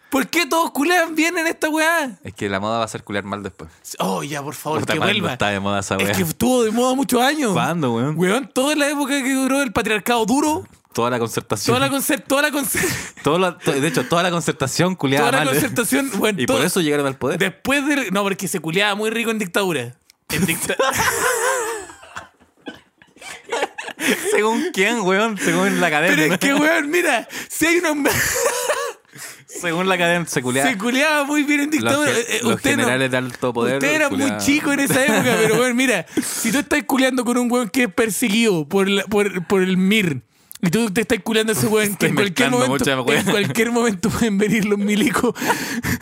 ¿Por qué todos culean bien en esta weá?
Es que la moda va a circular mal después.
Oh, ya, por favor,
Puta,
que
¿cuándo
vuelva.
está de moda esa
Es
wea?
que estuvo de moda muchos años.
¿Cuándo, weón?
Weón, toda la época que duró el patriarcado duro,
Toda la concertación.
toda la concep- toda la concep-
Todo lo- to- de hecho, toda la concertación culiada
toda la
mal.
concertación, weón,
Y
todo-
por eso ¿eh? llegaron al poder.
después del no, porque se culeaba muy rico en dictadura. En dicta-
¿Según quién, weón? Según la cadena.
Pero es que weón, mira, si hay unos
Según la cadena se culiaba.
se culeaba muy bien en dictadura.
Los, ge-
Eh,
los
usted no-
generales de alto poder.
Usted era muy
culiaban.
chico en esa época, pero bueno, mira, si tú estás culeando con un weón que es perseguido por, la- por, por el MIR y tú te estás culeando a ese weón que
Estoy
en cualquier,
mezclando
momento,
muchas weas.
en cualquier momento pueden venir los milicos.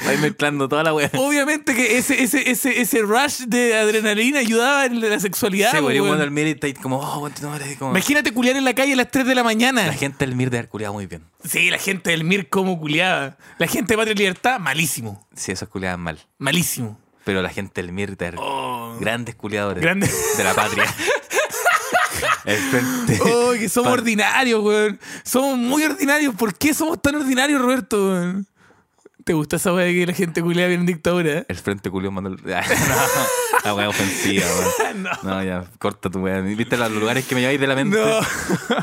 Ahí mezclando toda la wea.
Oh, Obviamente que ese, ese, ese, ese rush de adrenalina ayudaba en la sexualidad.
Sí,
po,
weón. Y
weón.
cuando el Mir está ahí como, oh, weón, tú no eres como.
Imagínate culear en la calle a las 3 de la mañana.
La gente del Mir de haber culiado muy bien.
Sí, la gente del MIR como culeaba. La gente de Patria y Libertad, malísimo.
Sí, esos culiaban mal.
Malísimo.
Pero la gente del Mir de haber-
Oh.
Grandes culiadores.
Grande-
De la patria. El frente.
Oh, que somos
Pa-
ordinarios, weón. Somos muy ordinarios. ¿Por qué somos tan ordinarios, Roberto? weón? ¿Te gusta esa weá de que la gente culea bien en dictadura?
El frente culió Manuel. Ah, no, la wea ofensiva, weón. No. ya, corta tu wea. ¿Viste los lugares que me lleváis de la mente?
No.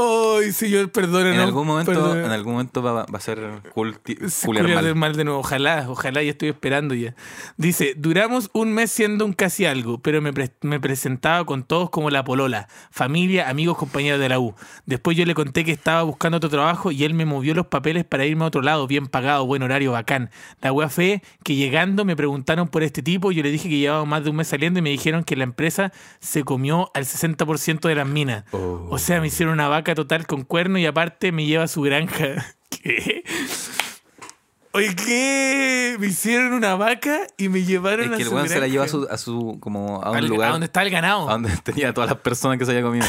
Ay, señor, perdona.
En
no,
algún momento,
perdona.
en algún momento va, va a ser culti,
Sí,
culiar
culiar
mal.
del mal de nuevo. Ojalá, ojalá, ya estoy esperando ya. Dice, duramos un mes siendo un casi algo, pero me, pre- me presentaba con todos como la polola, familia, amigos, compañeros de la U. Después yo le conté que estaba buscando otro trabajo y él me movió los papeles para irme a otro lado, bien pagado, buen horario, bacán. La wea fue que llegando me preguntaron por este tipo, yo le dije que llevaba más de un mes saliendo y me dijeron que la empresa se comió al 60% de las minas.
Oh.
O sea, me hicieron una vaca total con cuerno y aparte me lleva a su granja. ¿Qué? Oye, ¿qué? Me hicieron una vaca y me llevaron
Es
a
que el
su
weón se la
granja.
lleva a su, a su como a un
Al-
lugar.
a donde está el ganado.
a donde tenía a todas las personas que se había comido.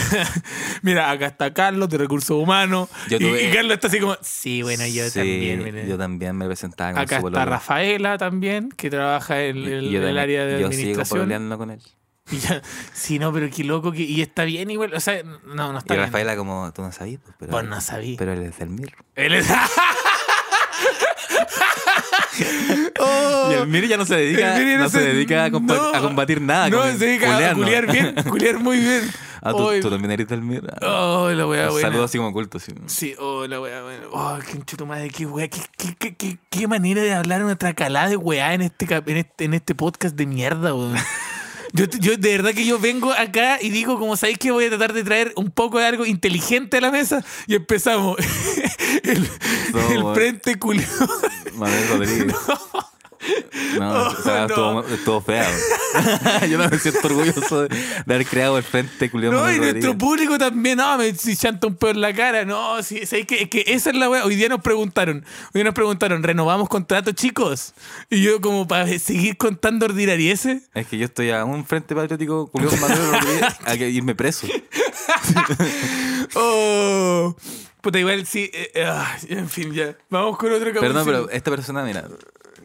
Mira, acá está Carlos de Recursos Humanos.
Yo
y,
tuve-
y Carlos está así como, sí, bueno, yo
Sí,
también. mira".
Yo también me presentaba con
acá
su
está
polola.
Rafaela también, que trabaja en el,
Y yo
en el
también-
área de
Yo sigo
administración.
pololeando con él.
Y ya- sí, no, pero qué loco. Que, y está bien igual. O sea, no, no está
Y
bien.
Rafaela como, tú no sabías, pues, pero,
Vos no sabí.
pero él es del Mir.
Él es- Oh.
Y el Mir ya no se dedica,
El Miri
no
no
se
se-
dedica a, compa-
no,
a combatir nada.
no,
con-
se dedica
culear,
a
¿no?
culiar bien, culiar muy bien.
Ah, ¿tú,
Ay,
tú también eres del Mir. Ah,
Oh, la weá,
un
buena.
saludo así como oculto. así.
Sí, oh, la weá, buena. Oh, qué chuto madre, qué weá. Qué, qué, qué, qué, qué manera de hablar una tracalada de weá en este, cap- en este, en este podcast de mierda, weón. Yo, yo, de verdad que yo vengo acá y digo, como sabéis que voy a tratar de traer un poco de algo inteligente a la mesa y empezamos. el,
No,
el
weón.
frente culió.
Manuel Rodríguez. No,
Oh,
o sea,
no.
estuvo, estuvo fea. güey. Yo no me siento orgulloso de, de haber creado el frente culiado
No,
Manuel
y nuestro
Rodríguez.
público también, no, me si chanta un peor la cara, no, sí, ¿sabes qué? es que esa es la wea. Hoy día nos preguntaron, hoy día nos preguntaron, ¿renovamos contrato, chicos? Y yo como para seguir contando ordinarieces.
Es que yo estoy a un frente patriótico culiado Manuel Rodríguez a que irme preso.
Oh, puta, igual sí, eh, eh, ah, en fin, ya. Vamos con otro capítulo.
Perdón, pero eh, esta persona, mira,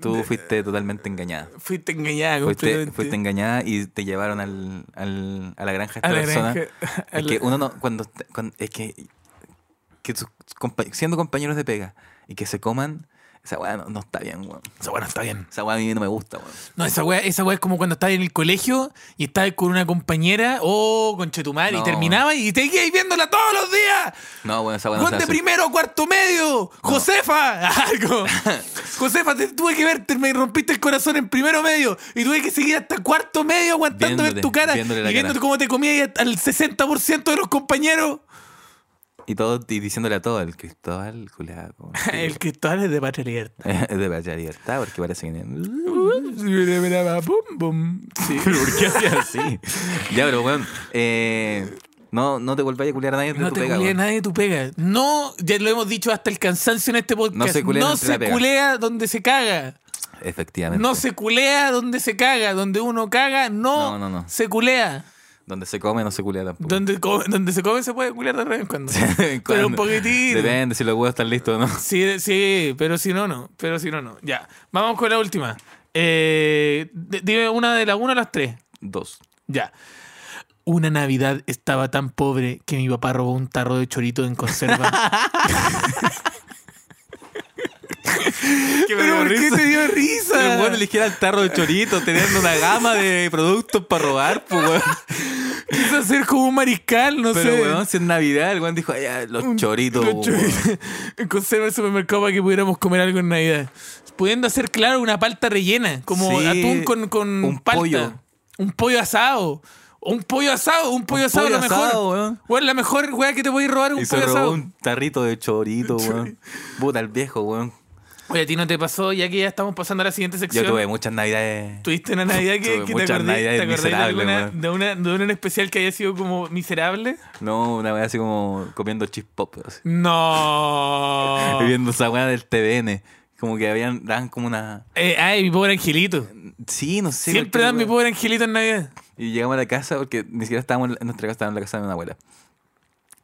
tú fuiste totalmente engañada.
Fuiste engañada
Fuiste,
completamente.
fuiste engañada y te llevaron al, al- a la granja esta
A la
persona.
granja, a
Es
la-
que uno no, cuando, cuando- es que, que tus compa- siendo compañeros de pega y que se coman Esa weá no, no está bien, weón.
Esa weá no está bien.
Esa weá a mí no me gusta, weón.
No, esa weá, esa weá es como cuando estás en el colegio y estás con una compañera, oh, con Chetumar, y
No.
terminaba y te ibas viéndola todos los días.
No, weón, esa weá no se
Juan de
hace.
primero, cuarto medio, Josefa, algo. Josefa, te tuve que verte, me rompiste el corazón en primero medio y tuve que seguir hasta cuarto medio aguantando ver
Viéndote,
tu cara y
viéndole la
viéndote
cara.
cómo te comías al 60% de los compañeros.
Y todo, y diciéndole a todo, el Cristóbal, culiaco.
El Cristóbal es de Patria Libertad.
Es de Bella Libertad, porque parece que.
Sí.
¿Por qué hacía así? ya, pero weón. eh, no, no te volváis a culiar a nadie de
No
tu
te
pega,
culea
weón.
nadie tu pega. No, ya lo hemos dicho hasta el cansancio en este podcast.
No se culea entre
se
la pega.
culea donde se caga.
Efectivamente.
No se culea donde se caga. Donde uno caga, no,
No, no, no.
se culea.
Donde se come, no se culea tampoco.
Donde, co- donde se come se puede culiar de vez en cuando. Pero
Cuando-
un poquitín.
Depende si los huevos están listos o no.
Sí, sí, pero si no, no. Pero si no, no. Ya. Vamos con la última. Eh, d- dime una de la 1 a las 3.
Dos.
Ya. Una Navidad estaba tan pobre que mi papá robó un tarro de chorito en conserva. ¿Pero por qué te dio risa?
Pero bueno, eligiera el tarro de chorito, teniendo una gama de productos para robar, pues weón.
Quiso hacer como un mariscal, no
Pero
sé.
weón, si es Navidad, el weón dijo, ay, ay, los choritos,
Los
weón".
choritos. En conserva el supermercado para que pudiéramos comer algo en Navidad. Pudiendo hacer, claro, una palta rellena, como
Sí,
atún con, con
un
palta.
pollo.
Un pollo asado. Un pollo asado, un pollo asado,
pollo
la mejor.
asado, weón.
Weón, la mejor weá que te podéis robar es
Y
un
se
pollo
robó
asado.
un tarrito de chorito, weón. Puta, el viejo, weón.
Oye, a ti no te pasó, ya que ya estamos pasando a la siguiente sección.
Yo tuve muchas navidades.
Tuviste una Navidad que,
Tuve
que te
muchas
acordás,
Navidades
te acordás de,
miserables,
alguna,
weón.
de, una, de una en especial que haya sido como miserable.
No, una weá así como comiendo chip pop. así.
No.
Viendo esa weá del TVN. Como que habían, dan como una.
Eh, ay, mi pobre angelito.
Sí, no sé.
Siempre
cualquier
dan mi
weá.
pobre angelito en Navidad.
Y llegamos a la casa porque ni siquiera estábamos en nuestra casa, estábamos en la casa de mi abuela.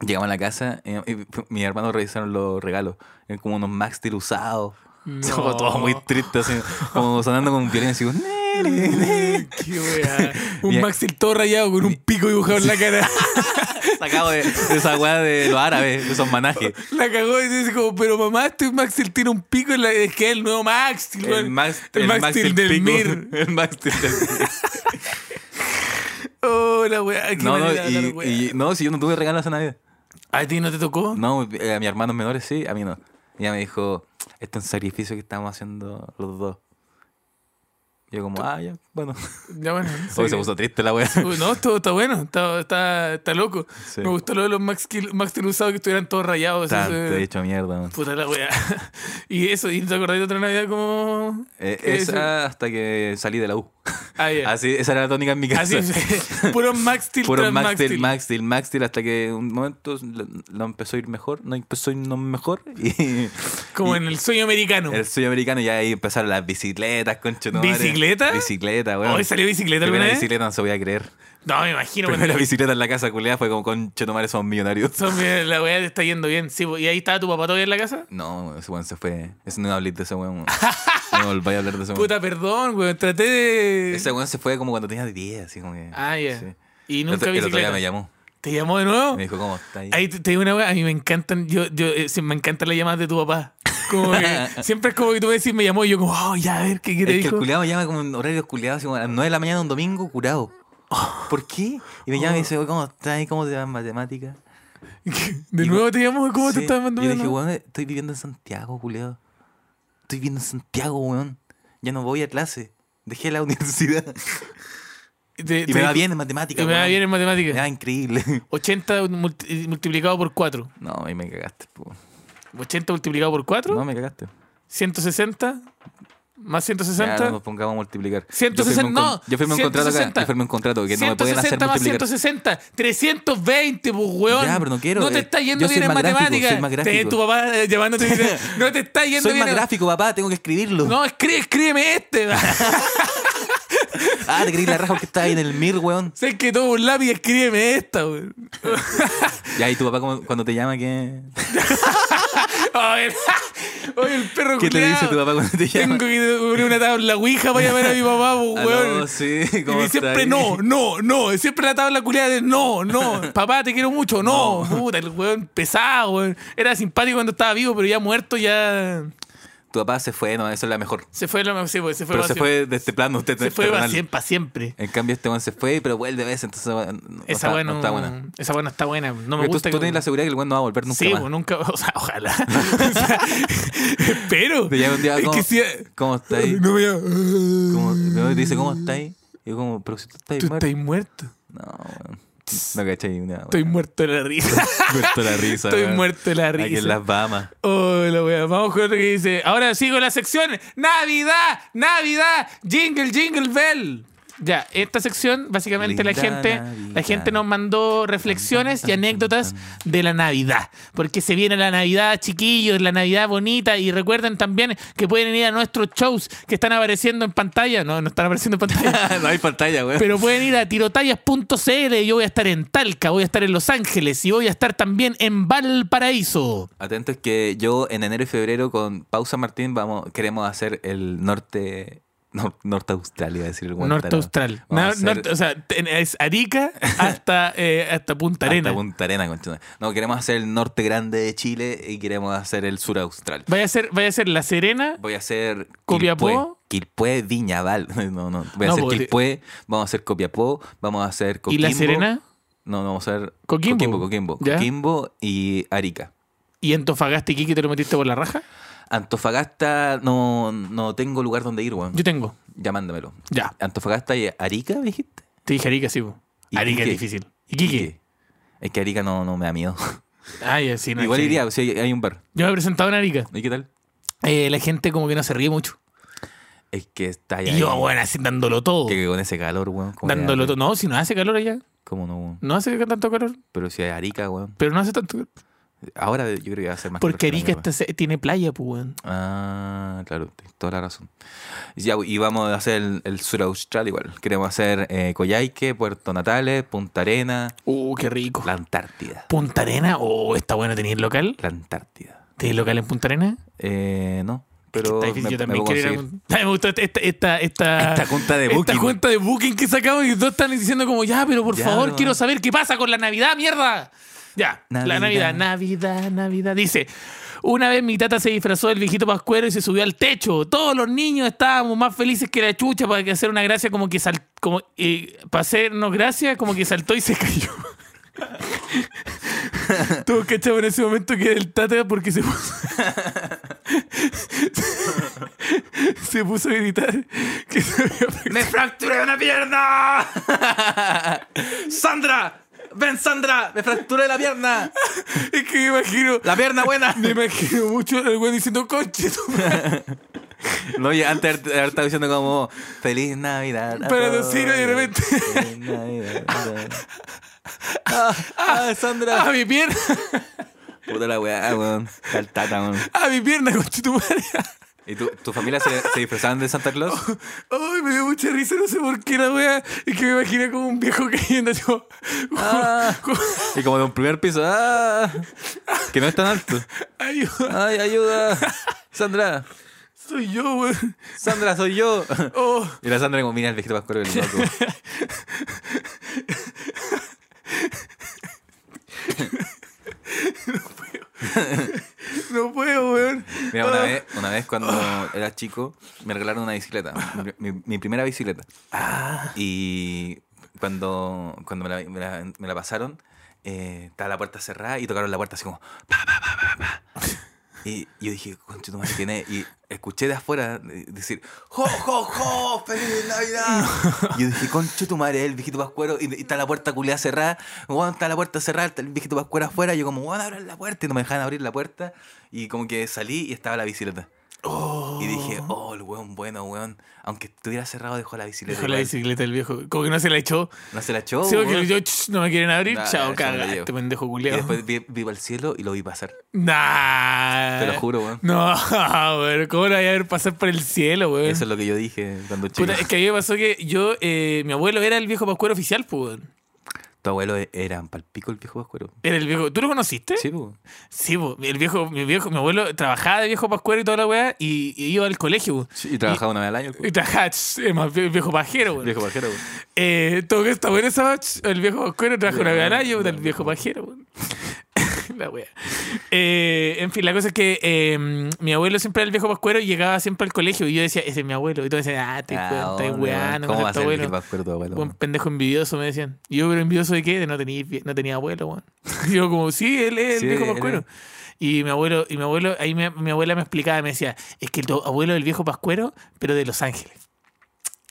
Llegamos a la casa y, y mis hermanos revisaron los regalos. Eran como unos Max Steel usados. Como todo muy triste, así, como sonando con violín, así como, "Nere, nere".
Qué weá. Un
Bien.
Maxil todo rayado con un pico dibujado en la cara.
Sacado de, de esa weá de los árabes, de esos manajes.
La cagó y dice como, pero mamá, este Maxil tiene un pico en la... Es que es el nuevo Maxil,
El
weón.
Max,
el Max
Max
Steel
Steel
del
Pico.
Mir.
El Max Steel del Mir.
Oh, la weá. qué
No, no,
manera de hablar, weá.
y, y- no, si yo no tuve regalos a nadie.
¿A ti no te tocó?
No, eh, a mis hermanos menores sí, a mí no. Y ella me dijo, este es un sacrificio que estamos haciendo los dos. Yo como, ah, ya, bueno.
Ya bueno.
Hoy
sí.
se puso triste la weá.
Uy, No, todo está bueno, está, está, está loco.
Sí.
Me gustó lo de los Max, Kill- Max Steel usados que estuvieran todos rayados. eso-
Tanto,
eso-
he hecho mierda. man.
Puta la weá. Y eso, ¿y te acordás de otra Navidad como...?
Eh,
que eso?
esa hasta que salí de la U.
Ah, ya.
Así, esa era la tónica en mi casa.
Así, puro Max Steel
Puro
tras
Max
Max
Steel,
Steel.
Max Steel, Max Steel, hasta que un momento lo, lo empezó a ir mejor, no empezó a ir no mejor. Y
Como
y
en el sueño americano.
el sueño americano ya ahí empezaron las bicicletas, concha de tu madre.
¿Bicicleta?
Bicicleta, weón.
¿Hoy salió bicicleta
Primera
alguna vez?
bicicleta no se voy a creer.
No, me imagino.
Primera
cuando-
bicicleta en la casa culiada fue como concha tomar esos millonarios.
Son- mira, la weá te está yendo bien. Sí, po. y ahí estaba tu papá todavía en la casa.
No, ese weón se fue. Ese no hablé de ese weón. weón. No volváis a hablar de ese weón.
Puta, perdón, weón. Traté de.
Ese weón se fue como cuando tenía 10, así como que.
Ah, ya.
sí.
Y
El
nunca
otro- el otro día
bicicleta.
me llamó.
¿Te llamó de nuevo?
Me dijo, ¿cómo estás?
Ahí te, te digo una weá. A mí me encantan. Yo, yo, eh, sí, me encantan las llamadas de tu papá. Como que siempre es como que tú me decís, me llamó. Y yo, como, oh, ya, a ver, ¿qué, qué te
Es que el
dijo?
culiado me llama como en horarios culiados, así como a las 9 de la mañana un domingo, curado. ¿Por qué? Y me llama y
Oh.
dice, "Oye, ¿cómo estás? ¿Cómo te va en matemática?
de
y-
nuevo te llamó. ¿Cómo te
Sí.
estás mandando?
Y yo dije,
¿no?
weón, estoy viviendo en Santiago, culiado. Estoy viviendo en Santiago, weón. Ya no voy a clase. Dejé la universidad.
Y te-
Y
te
me va
dijo-
bien en matemática.
Y me va
weón.
bien en
Me
matemáticas.
va Ah, increíble.
80 multi- multiplicado por 4.
No, ahí me cagaste, po.
80 multiplicado por 4.
No, me cagaste.
160 más
Ya,
160.
no nos pongamos a multiplicar.
160,
yo firmé un,
no,
con- Yo firmé un contrato acá.
160.
Yo firmé un contrato que no me pueden
160
hacer
más
multiplicar.
160, 320, pues, weón.
Ya, pero no quiero,
te
eh,
está yendo
yo soy
bien en
más gráfico,
matemáticas.
soy más
Te-
gráfico.
tu papá eh, llamándote y dice, no te está yendo
Soy
bien.
más
en-
gráfico, papá. Tengo que escribirlo.
No, escribe, escríbeme este.
Ah, te creí la raja que estaba ahí en el MIR, weón.
sé que todo un lápiz, escríbeme esta, weón.
Ya, y tu papá como- cuando te llama, ¿qué,
Oye, oye, el perro
¿qué te
culiao.
dice tu papá cuando te
Tengo
llama?
que poner una tabla ouija para llamar a mi papá, pues,
Ah,
weón.
no, sí,
Y
¿cómo
me siempre
estáis?
no, no, no. Siempre la tabla culiada de no, no. Papá, te quiero mucho. No, puta, el weón pesado, weón. Era simpático cuando estaba vivo, pero ya muerto ya...
tu papá se fue, no, eso es la mejor.
Se fue lo sí, pues, se fue
Pero
pa'
se
siempre.
fue de este plano, usted
Se fue para
terrenal.
siempre, pa' siempre.
En cambio, este weón se fue, pero vuelve a veces, entonces no, no
Esa
está,
weá
no
no-
está buena.
Esa buena está buena. No me
Porque tú,
gusta
tú
que-
tenés la seguridad que el weón no va a volver nunca
sí,
más.
pues, nunca. O sea, ojalá. O sea, espero.
Te llama un día,
Es
¿cómo,
que sí,
¿cómo está ahí?
No voy a.
¿Cómo- no, te dice, ¿cómo está ahí? Y yo como, pero si tú estás
Mm. Tú
muerto.
estás muerto.
No, weón. No cachai una, weón.
Estoy muerto de la risa.
muerto de la risa,
Estoy
weón.
muerto de la
Aquí
risa.
en las Bahamas.
Oh, la wea. Vamos con otro que dice. Ahora sigo la sección. Navidad, Navidad, jingle, jingle bell. Ya, esta sección, básicamente la
Linda
gente, la
Navidad.
gente nos mandó reflexiones y anécdotas de la Navidad. Porque se viene la Navidad, chiquillos, la Navidad bonita. Y recuerden también que pueden ir a nuestros shows que están apareciendo en pantalla. No, no están apareciendo en pantalla.
no hay pantalla, weón.
Pero pueden ir a tirotallas.cl. Yo voy a estar en Talca, voy a estar en Los Ángeles y voy a estar también en Valparaíso.
Atentos que yo en enero y febrero con Pausa Martín vamos queremos hacer el norte nor- norte Australia, iba a decir el weón,
Norte
tarado.
Austral.
Vamos a
Na-
hacer
norte- o sea, ten- es Arica hasta, eh, hasta Punta
hasta
Arena.
Punta Arena, conchona. No, queremos hacer el norte grande de Chile y queremos hacer el sur austral.
Vaya a ser, vaya a ser La Serena.
Voy a hacer
¿Copiapó?
Quilpué, Quilpué, Viñaval. No, no. Voy a
No,
hacer
porque-
Quilpué, vamos a hacer Copiapó, vamos a hacer
¿Y
Coquimbo.
La Serena?
No, no, vamos a hacer
Coquimbo.
Coquimbo, Coquimbo,
¿Ya?
Coquimbo y Arica.
¿Y Antofagasta y Quique te lo metiste por la raja?
Antofagasta no, no tengo lugar donde ir, weón.
Yo tengo.
Ya mándamelo.
Ya.
Antofagasta y Arica, me dijiste.
Te dije Arica, sí. po.
¿Y
Arica es
Quique?
difícil. ¿Y Quique?
Es que Arica no, no me da miedo.
Ah, ya, sí, no,
Igual
sí.
iría, si hay, hay un bar.
Yo me he presentado en Arica.
¿Y qué tal?
Eh, la gente como que no se ríe mucho.
Es que está ahí.
Y yo, bueno, así dándolo todo.
Que con ese calor, weón. ¿cómo le da
Dándolo
hambre?
todo. No, si no hace calor allá.
¿Cómo no, weón?
No hace tanto calor.
Pero si hay Arica, weón.
Pero no hace tanto calor.
Ahora yo creo que va a ser más
Porque
calor que
Arica
la mierda.
está- se- tiene playa, pues, weón.
Ah, claro, tienes toda la razón. Ya, y vamos a hacer el, el sur austral igual. Queremos hacer eh, Coyhaique, Puerto Natales, Punta Arena,
Uh, qué rico.
la Antártida.
Punta Arena, oh, está bueno tener local.
La Antártida.
¿Tenés local en Punta Arena?
Eh, no,
Es que
pero
está difícil,
me,
yo
me
también
puedo
quiero ir a
conseguir.
Punta- Ah, Me gustó esta, esta, esta, esta,
Esta junta de Booking.
Esta junta de booking que sacamos y todos están diciendo como, ya, pero por
Ya,
favor,
no.
quiero saber qué pasa con la Navidad, mierda. Ya, la Navidad,
Navidad.
Navidad, Navidad. Dice, una vez mi tata se disfrazó del viejito pascuero y se subió al techo. Todos los niños estábamos más felices que la chucha para que hacer una gracia como que sal, como, eh, para hacernos gracia como que saltó y se cayó. Todos cachamos en ese momento que era el tata porque se puso... se puso a gritar que se había
¡Me fracturé una pierna! ¡Sandra! ¡Ven, Sandra! ¡Me fracturé la pierna!
Es que me imagino,
¡La pierna buena!
me imagino mucho el güey diciendo coche. tu madre",
No, oye, antes de haber estado diciendo como Feliz Navidad. a
Para
todos".
decirlo y de repente-
Feliz Navidad. a todos". Ah, ah, Sandra.
A mi pierna,
Puta la weá, weón. Caltata, weón.
a mi pierna, coche tu madre.
¿Y tu, tu familia se, se disfrazaban de Santa Claus?
Ay, me dio mucha risa, no sé por qué la wea. Es que me imaginé como un viejo cayendo. Tipo,
Ah. Y como de un primer piso. ¡Ah! Que no es tan alto.
ayuda,
¡Ay, ayuda! Sandra,
soy yo, weón.
Sandra, soy yo.
Oh,
Y la Sandra como mira el viejito pascuero del loco.
no puedo, weón.
Mira, una
Ah.
vez, una vez cuando era chico, me regalaron una bicicleta. Mi, mi- mi primera bicicleta. Y cuando, cuando me, la, me la- me la pasaron, eh, estaba la puerta cerrada y tocaron la puerta así como. Pa, pa, pa, pa, pa. Y yo dije, concha tu madre, ¿quién es?". Y escuché de afuera de- decir, ¡Jo, jo, jo! ¡Feliz Navidad! Y yo dije, concha tu madre, el viejito pascuero. Y, y está la puerta culiada cerrada. Bueno, está la puerta cerrada, está el viejito pascuero afuera. Y yo como, bueno, abran la puerta. Y no me dejaban abrir la puerta. Y como que salí y estaba la bicicleta. Y dije, oh, el weón bueno, weón. Aunque estuviera cerrado, dejó la bicicleta.
Dejó la
igual.
bicicleta el viejo. Como que no se la echó.
No se la echó.
Sí, porque
weón.
yo, "Ch, no me quieren abrir.
Oh, Nah,
Chao,
yo me la llevo.
cagaste, pendejo
Y
culiado.
después vi, vi para el cielo y lo vi pasar.
Nah.
Te lo juro, weón.
No, weón. ¿Cómo la voy a ver pasar por el cielo, weón?
Eso es lo que yo dije cuando chico.
Puta, es que a mí me pasó que yo, eh, mi abuelo era el viejo pascuero oficial, pues. weón.
Tu abuelo e- era palpico el viejo pascuero.
Era el viejo. ¿Tú lo conociste?
Sí, po.
Sí, po. el viejo, mi viejo, mi abuelo trabajaba de viejo pascuero y toda la weá, y, y iba al colegio, po.
Sí, y trabajaba una vez al año. el
Y trabajaba, ch, eh, más vie- viejo pajero, weón.
Viejo pajero. weón.
Eh, todo que está bueno esa, ch, el viejo pascuero trabaja una vez al año, puta, el viejo pajero, weón. La wea. Eh, en fin, la cosa es que eh, mi abuelo siempre era el viejo pascuero y llegaba siempre al colegio y yo decía, ese es mi abuelo. Y todos decían, ah, te
Ah,
ah, estás
hombre,
weando,
¿Cómo
no
va a
es tu
ser el
abuelo.
Gilberto, tu abuelo?
Un pendejo envidioso, me decían. Y yo, pero envidioso de qué? De no tenía, no tenía abuelo, weón. Y yo como, sí, él es
Sí,
el viejo
él es.
pascuero. Y mi abuelo, y mi abuelo, ahí me- mi abuela me explicaba, me decía, es que tu abuelo es el viejo pascuero, pero de Los Ángeles.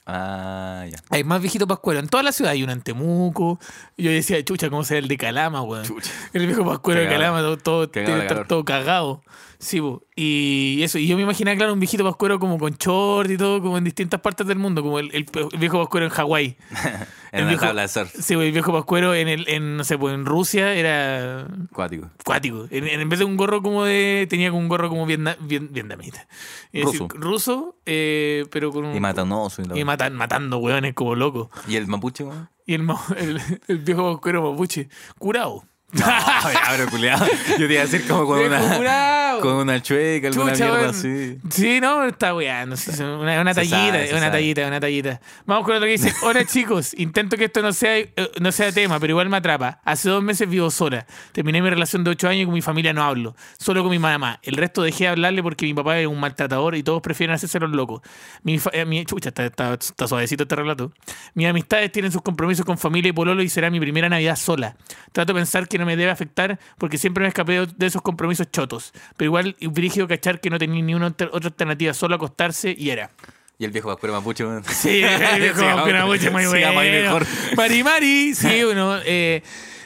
Ah, ya.
Hay más viejitos pascuero. En toda la ciudad hay uno en Temuco. Y Yo decía, chucha, ¿cómo será el de Calama, weón?
Chucha.
El viejo pascuero de
Cagado.
Calama, todo, todo-
Cagado
tiene
de
que estar
calor.
todo cagado. Sí, po. y eso. Y yo me imaginaba, claro, un viejito pascuero como con short y todo, como en distintas partes del mundo, como el, el pe- el viejo pascuero en Hawái.
En
El
una
viejo-
tabla de surf.
Sí, po, el viejo pascuero en, el, en, no sé, pues en Rusia era
Cuático.
cuático. En, en- en vez de un gorro como de. tenía como un gorro como vietna- vien- vietnamita. Es
Ruso.
decir, ruso, eh, pero con un.
Y matanoso. Y, la-
y matan- matando hueones como locos.
¿Y el mapuche, weón?
Y el, ma- el, el viejo cuero mapuche, curado.
No, ya, pero culiado. Yo te iba a decir como con
Viejo
una.
curado.
Con una chueca, alguna
Chucha,
mierda
weón.
así.
Sí, no, está weando. sí, sí, una, una
Se
tallita,
sabe, se
una
sabe.
tallita, una tallita. Vamos con otro que dice: Hola chicos, intento que esto no sea, eh, no sea tema, pero igual me atrapa. Hace dos meses vivo sola. Terminé mi relación de ocho años y con mi familia no hablo. Solo con mi mamá. El resto dejé de hablarle porque mi papá es un maltratador y todos prefieren hacerse los locos. Mi, fa- eh, mi- chucha, está, está- está suavecito este relato. Mis amistades tienen sus compromisos con familia y pololo y será mi primera Navidad sola. Trato de pensar que no me debe afectar porque siempre me escapé de esos compromisos chotos. Pero igual, brígido cachar que no tenía ni una alter- otra alternativa, solo acostarse y era.
Y el viejo pascuero mapuche, weón.
Sí, viejo,
Sí,
con una
vamos.
bucha muy
Sí,
buena.
vamos a ir mejor.
Mari Mari, sí, uno. eh,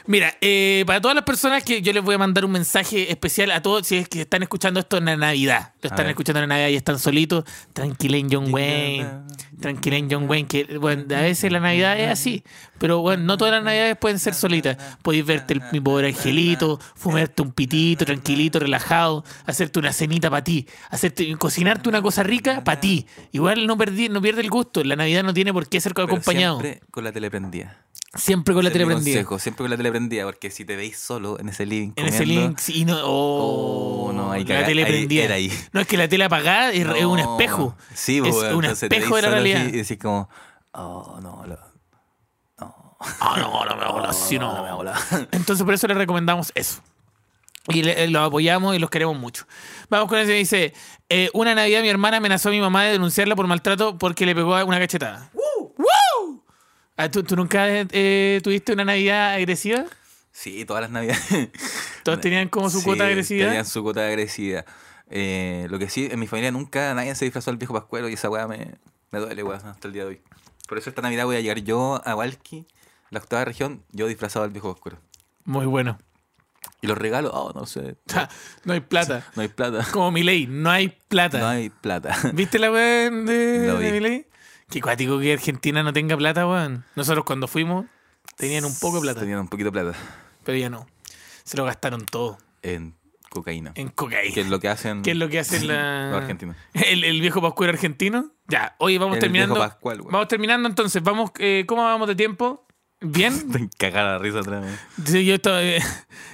mira, eh, para todas las personas que yo les voy a mandar un mensaje especial a todos, si es que están escuchando esto en la Navidad. Lo están
ver.
escuchando en la Navidad y están solitos. Tranquilen, John Wayne.
eh.
Tranquilen, John Wayne. Que, bueno, a veces la Navidad es así. Pero bueno, no todas las Navidades pueden ser solitas. Podéis verte el, mi pobre angelito, fumarte un pitito, tranquilito, relajado, hacerte una cenita para ti, hacerte cocinarte una cosa rica para ti. Igual no perdí, no pierde el gusto. La Navidad no tiene por qué ser
Pero
acompañado. Siempre,
Siempre con la tele prendida.
con la
Ese es mi
tele prendida.
consejo, siempre con la tele prendida, porque si te veis solo en ese living.
En ese
comiendo,
link, sí, no, oh,
Oh, no, ahí
la
caga-
tele
ahí
prendida.
era ahí.
No, es que la tele apagada es, es un
no.
espejo.
Sí,
Es
pues, weón,
un
entonces te
espejo
veis
de la
solo así
realidad.
Y decís como, oh, no, lo- oh,
Ah, no, no me hago así, no.
no me hago la-
Entonces por eso les recomendamos eso. Y le- los apoyamos y los queremos mucho. Vamos con eso. Dice, eh, una Navidad mi hermana amenazó a mi mamá de denunciarla por maltrato porque le pegó una cachetada. ¡Woo! Ah, ¿tú, tú nunca eh, tuviste una Navidad agresiva?
Sí, todas las navidades.
¿Todos tenían como su
Sí,
cuota de agresividad?
Tenían su cuota de agresividad. Eh, lo que sí, en mi familia nunca nadie se disfrazó al viejo pascuero y esa weá me, me duele, weón, hasta el día de hoy. Por eso esta Navidad voy a llegar yo a Walki, la octava región, yo disfrazado al viejo pascuero.
Muy bueno.
Y los regalos, oh, no sé,
Ja, no hay plata.
no hay plata.
Como mi ley, no hay plata.
No hay plata.
¿Viste la weón de,
Lo vi.
de Milei? Qué cuático que Argentina no tenga plata, weón. Nosotros cuando fuimos tenían un poco de plata,
Tenían un poquito de plata.
pero ya no. Se lo gastaron todo
en cocaína.
en cocaína.
Que es lo que hacen
¿Qué es lo que hace la...
los argentinos.
El, el viejo pascuero argentino. Ya, oye, vamos
El
terminando.
viejo Pascual, weón.
vamos terminando entonces. Vamos, eh, ¿Cómo vamos de tiempo? ¿Bien?
Cagar la risa atrás. ¿no?
Sí, yo estaba-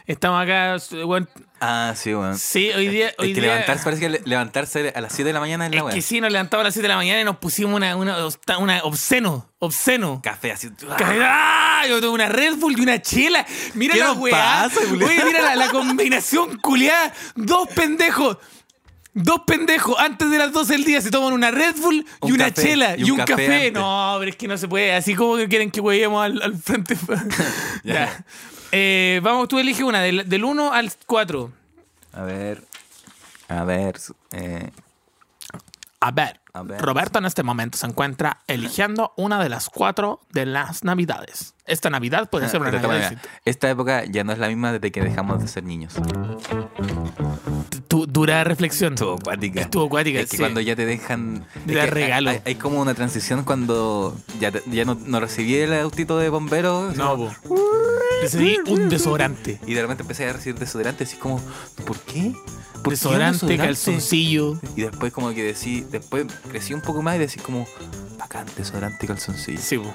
estamos acá. weón.
Ah, sí, weón.
Sí, hoy día...
Es
Hoy
que
día-
levantarse, parece que le- levantarse a las 7 de la mañana es la
Es
weá.
que sí, nos levantamos a las 7 de la mañana y nos pusimos una, una, una obsceno, obsceno.
Café así.
¡Ah! Yo tengo una Red Bull y una chela. Mira
¿Qué
la
nos
weá.
pasa, culiao?
Oye, mira la, la combinación culiada. Dos pendejos. Dos pendejos antes de las 12 del día se toman una Red Bull y
Un
una
café,
chela y, un café.
antes.
No, pero es que no se puede. Así como que quieren que huevemos al, al frente. ya.
Ya.
Eh, vamos, tú elige una, del, del 1 al 4.
A ver. A ver. eh,
A ver,
A ver.
Roberto en este momento se encuentra eligiendo una de las cuatro de las navidades. Esta Navidad puede ser una
de esta
Navidad.
manera, esta época ya no es la misma desde que dejamos de ser niños.
distinta. Tu- dura reflexión.
Estuvo acuática.
Estuvo acuática,
Es que
sí.
cuando ya te dejan.
Te
es
da
que
regalo.
Hay, hay como una transición cuando ya, te- ya no, no recibí el autito de bomberos.
No, po. Decidí un desodorante.
Y de repente empecé a recibir desodorante. Así como, ¿por qué? ¿Por qué un
desodorante, calzoncillo.
Y después como que decí, después crecí un poco más y decís como, bacán, desodorante y calzoncillo.
Sí, po.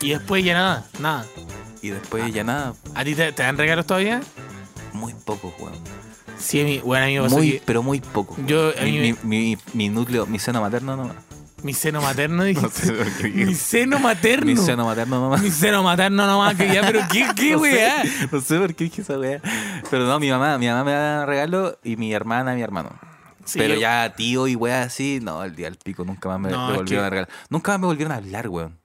Y después ya nada, nada.
Y después ya nada,
¿A ti te, te dan regalos todavía?
muy poco, weón.
Sí, a mí, bueno, a mí me pasó
Muy,
que
pero muy poco. weón.
Yo- a
mi,
mí
mi,
me-
mi- mi núcleo, mi seno materno nomás.
mi seno materno, dije.
qué
mi seno materno.
Mi seno materno nomás.
Mi seno materno nomás, que ya, pero qué, qué
No sé,
weá.
No sé por qué dije esa weá. Pero no, mi mamá, mi mamá me da regalo y mi hermana, mi hermano.
Sí,
Pero
yo-
ya tío y weá así, no, el día del pico nunca más me,
No,
me
es
volvieron
que-
a regalar. Nunca más me volvieron a hablar, weón.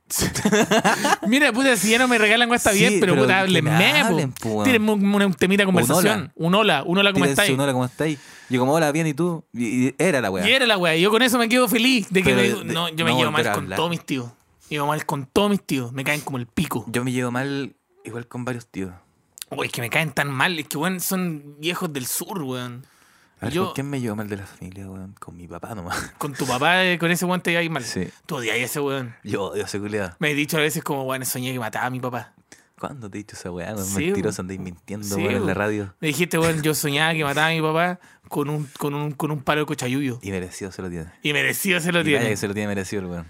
Mira, puta, si ya no me regalan, weón, está
Sí,
bien, pero,
pero
puta,
que me
háblenme,
hablen,
po.
po, weón.
Tírenme un, una- un temita de conversación. Un hola, un hola, ¿cómo
Tírense
estáis?
un hola, ¿cómo estáis? Yo como, hola, bien, ¿y tú? Y, y era la weá.
Y era la weá. Yo con eso me quedo feliz. De que
Pero
me-
de-
no, yo me
no
llevo mal
volver a
con
hablar.
todos mis tíos. Me llevo mal con todos mis tíos. Me caen como el pico.
Yo me llevo mal igual con varios tíos.
Uy, es que me caen tan mal. Es que, weón, son viejos del sur, weón.
A ver,
Yo-
¿con quién me llevo mal de la familia, weón? Con mi papá nomás.
Con tu papá, eh, con ese weón te llevas mal.
Sí.
Tú odias a ese weón.
Yo odio esa culiada.
Me he dicho a veces como, bueno, soñé que mataba a mi papá.
¿Cuándo te he dicho esa weá? weón?
Sí,
Mentiroso,
weón.
andáis
Sí,
mintiendo, weón, en la
weón.
radio.
Me dijiste, weón, yo soñaba que mataba a mi papá con un, con un, con un palo de cochayuyo.
Y merecido se lo tiene.
Y merecido se lo
Y
tiene.
vaya que se lo tiene merecido, el weón.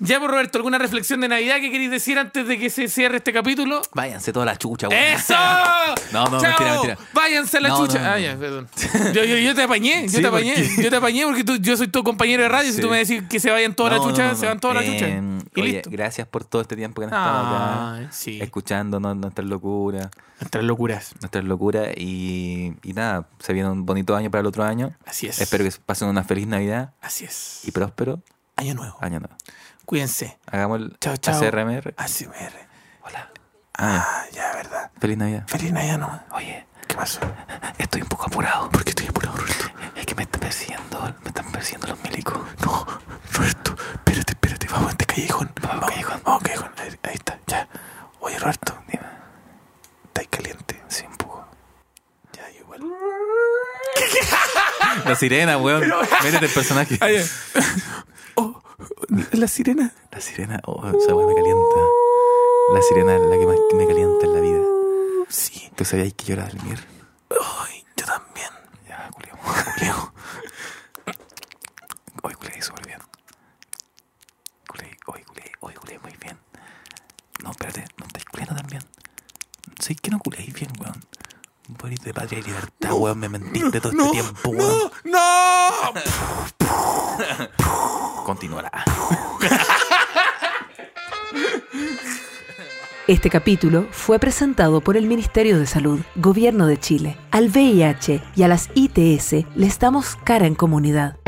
Ya, pues, Roberto, ¿alguna reflexión de Navidad que queréis decir antes de que se cierre este capítulo?
Váyanse toda la chucha, weón.
¡Eso!
No, no,
¡Chao!
mentira, mentira.
¡Váyanse a la
No,
chucha!
no, no.
Ah, ya, perdón. Yo, yo- yo te apañé, yo
Sí,
te apañé.
porque-
Yo te apañé porque tú- yo soy tu compañero de radio. Si
Sí.
tú me decís que se vayan toda la
No,
chucha,
no, no,
se
no.
van toda la
Eh,
chucha. Y
oye,
listo.
gracias por todo este tiempo que han estado acá.
Ay, sí.
Escuchando no- nuestras locuras,
Nuestras locuras.
nuestras locuras y, y nada, se viene un bonito año para el otro año.
Así es.
Espero que pasen una feliz Navidad
Así es.
y próspero
Año nuevo.
año nuevo.
Cuídense.
Hagamos el
Chao, chao.
ACRMR.
Así me re-
Hola. Ah,
Ah, ya, verdad.
ya. feliz Navidad.
Feliz Navidad, no.
Oye,
¿Qué pasó?
estoy un poco apurado. ¿Por qué estoy apurado, Roberto? Es que me están persiguiendo, me están persiguiendo los milicos.
No, Roberto, espérate, espérate, vamos a este callejón. Vamos, callejón. Vamos, callejón. Ahí, ahí está, ya. Oye, Roberto, dime. ¿Estáis caliente? Sí, un poco. Ya, yo igual.
La sirena, weón. Métete el personaje.
Oh, la sirena.
La sirena, oh, esa weá me calienta. La sirena es la que más me calienta en la vida.
Sí.
¿Tú sabías que yo era del Mir?
Ay, yo también.
Ya, culiamos. Culiamos. Hoy culié súper bien. Culié, hoy culié, hoy culié muy bien. No, espérate, no estáis culiando tan bien. ¿Sabéis que no culéis bien, weón? Morís de patria y libertad, weón. Me mentiste todo este tiempo, weón.
¡No!
Continuará.
Este capítulo fue presentado por el Ministerio de Salud, Gobierno de Chile. Al VIH y a las ITS les damos cara en comunidad.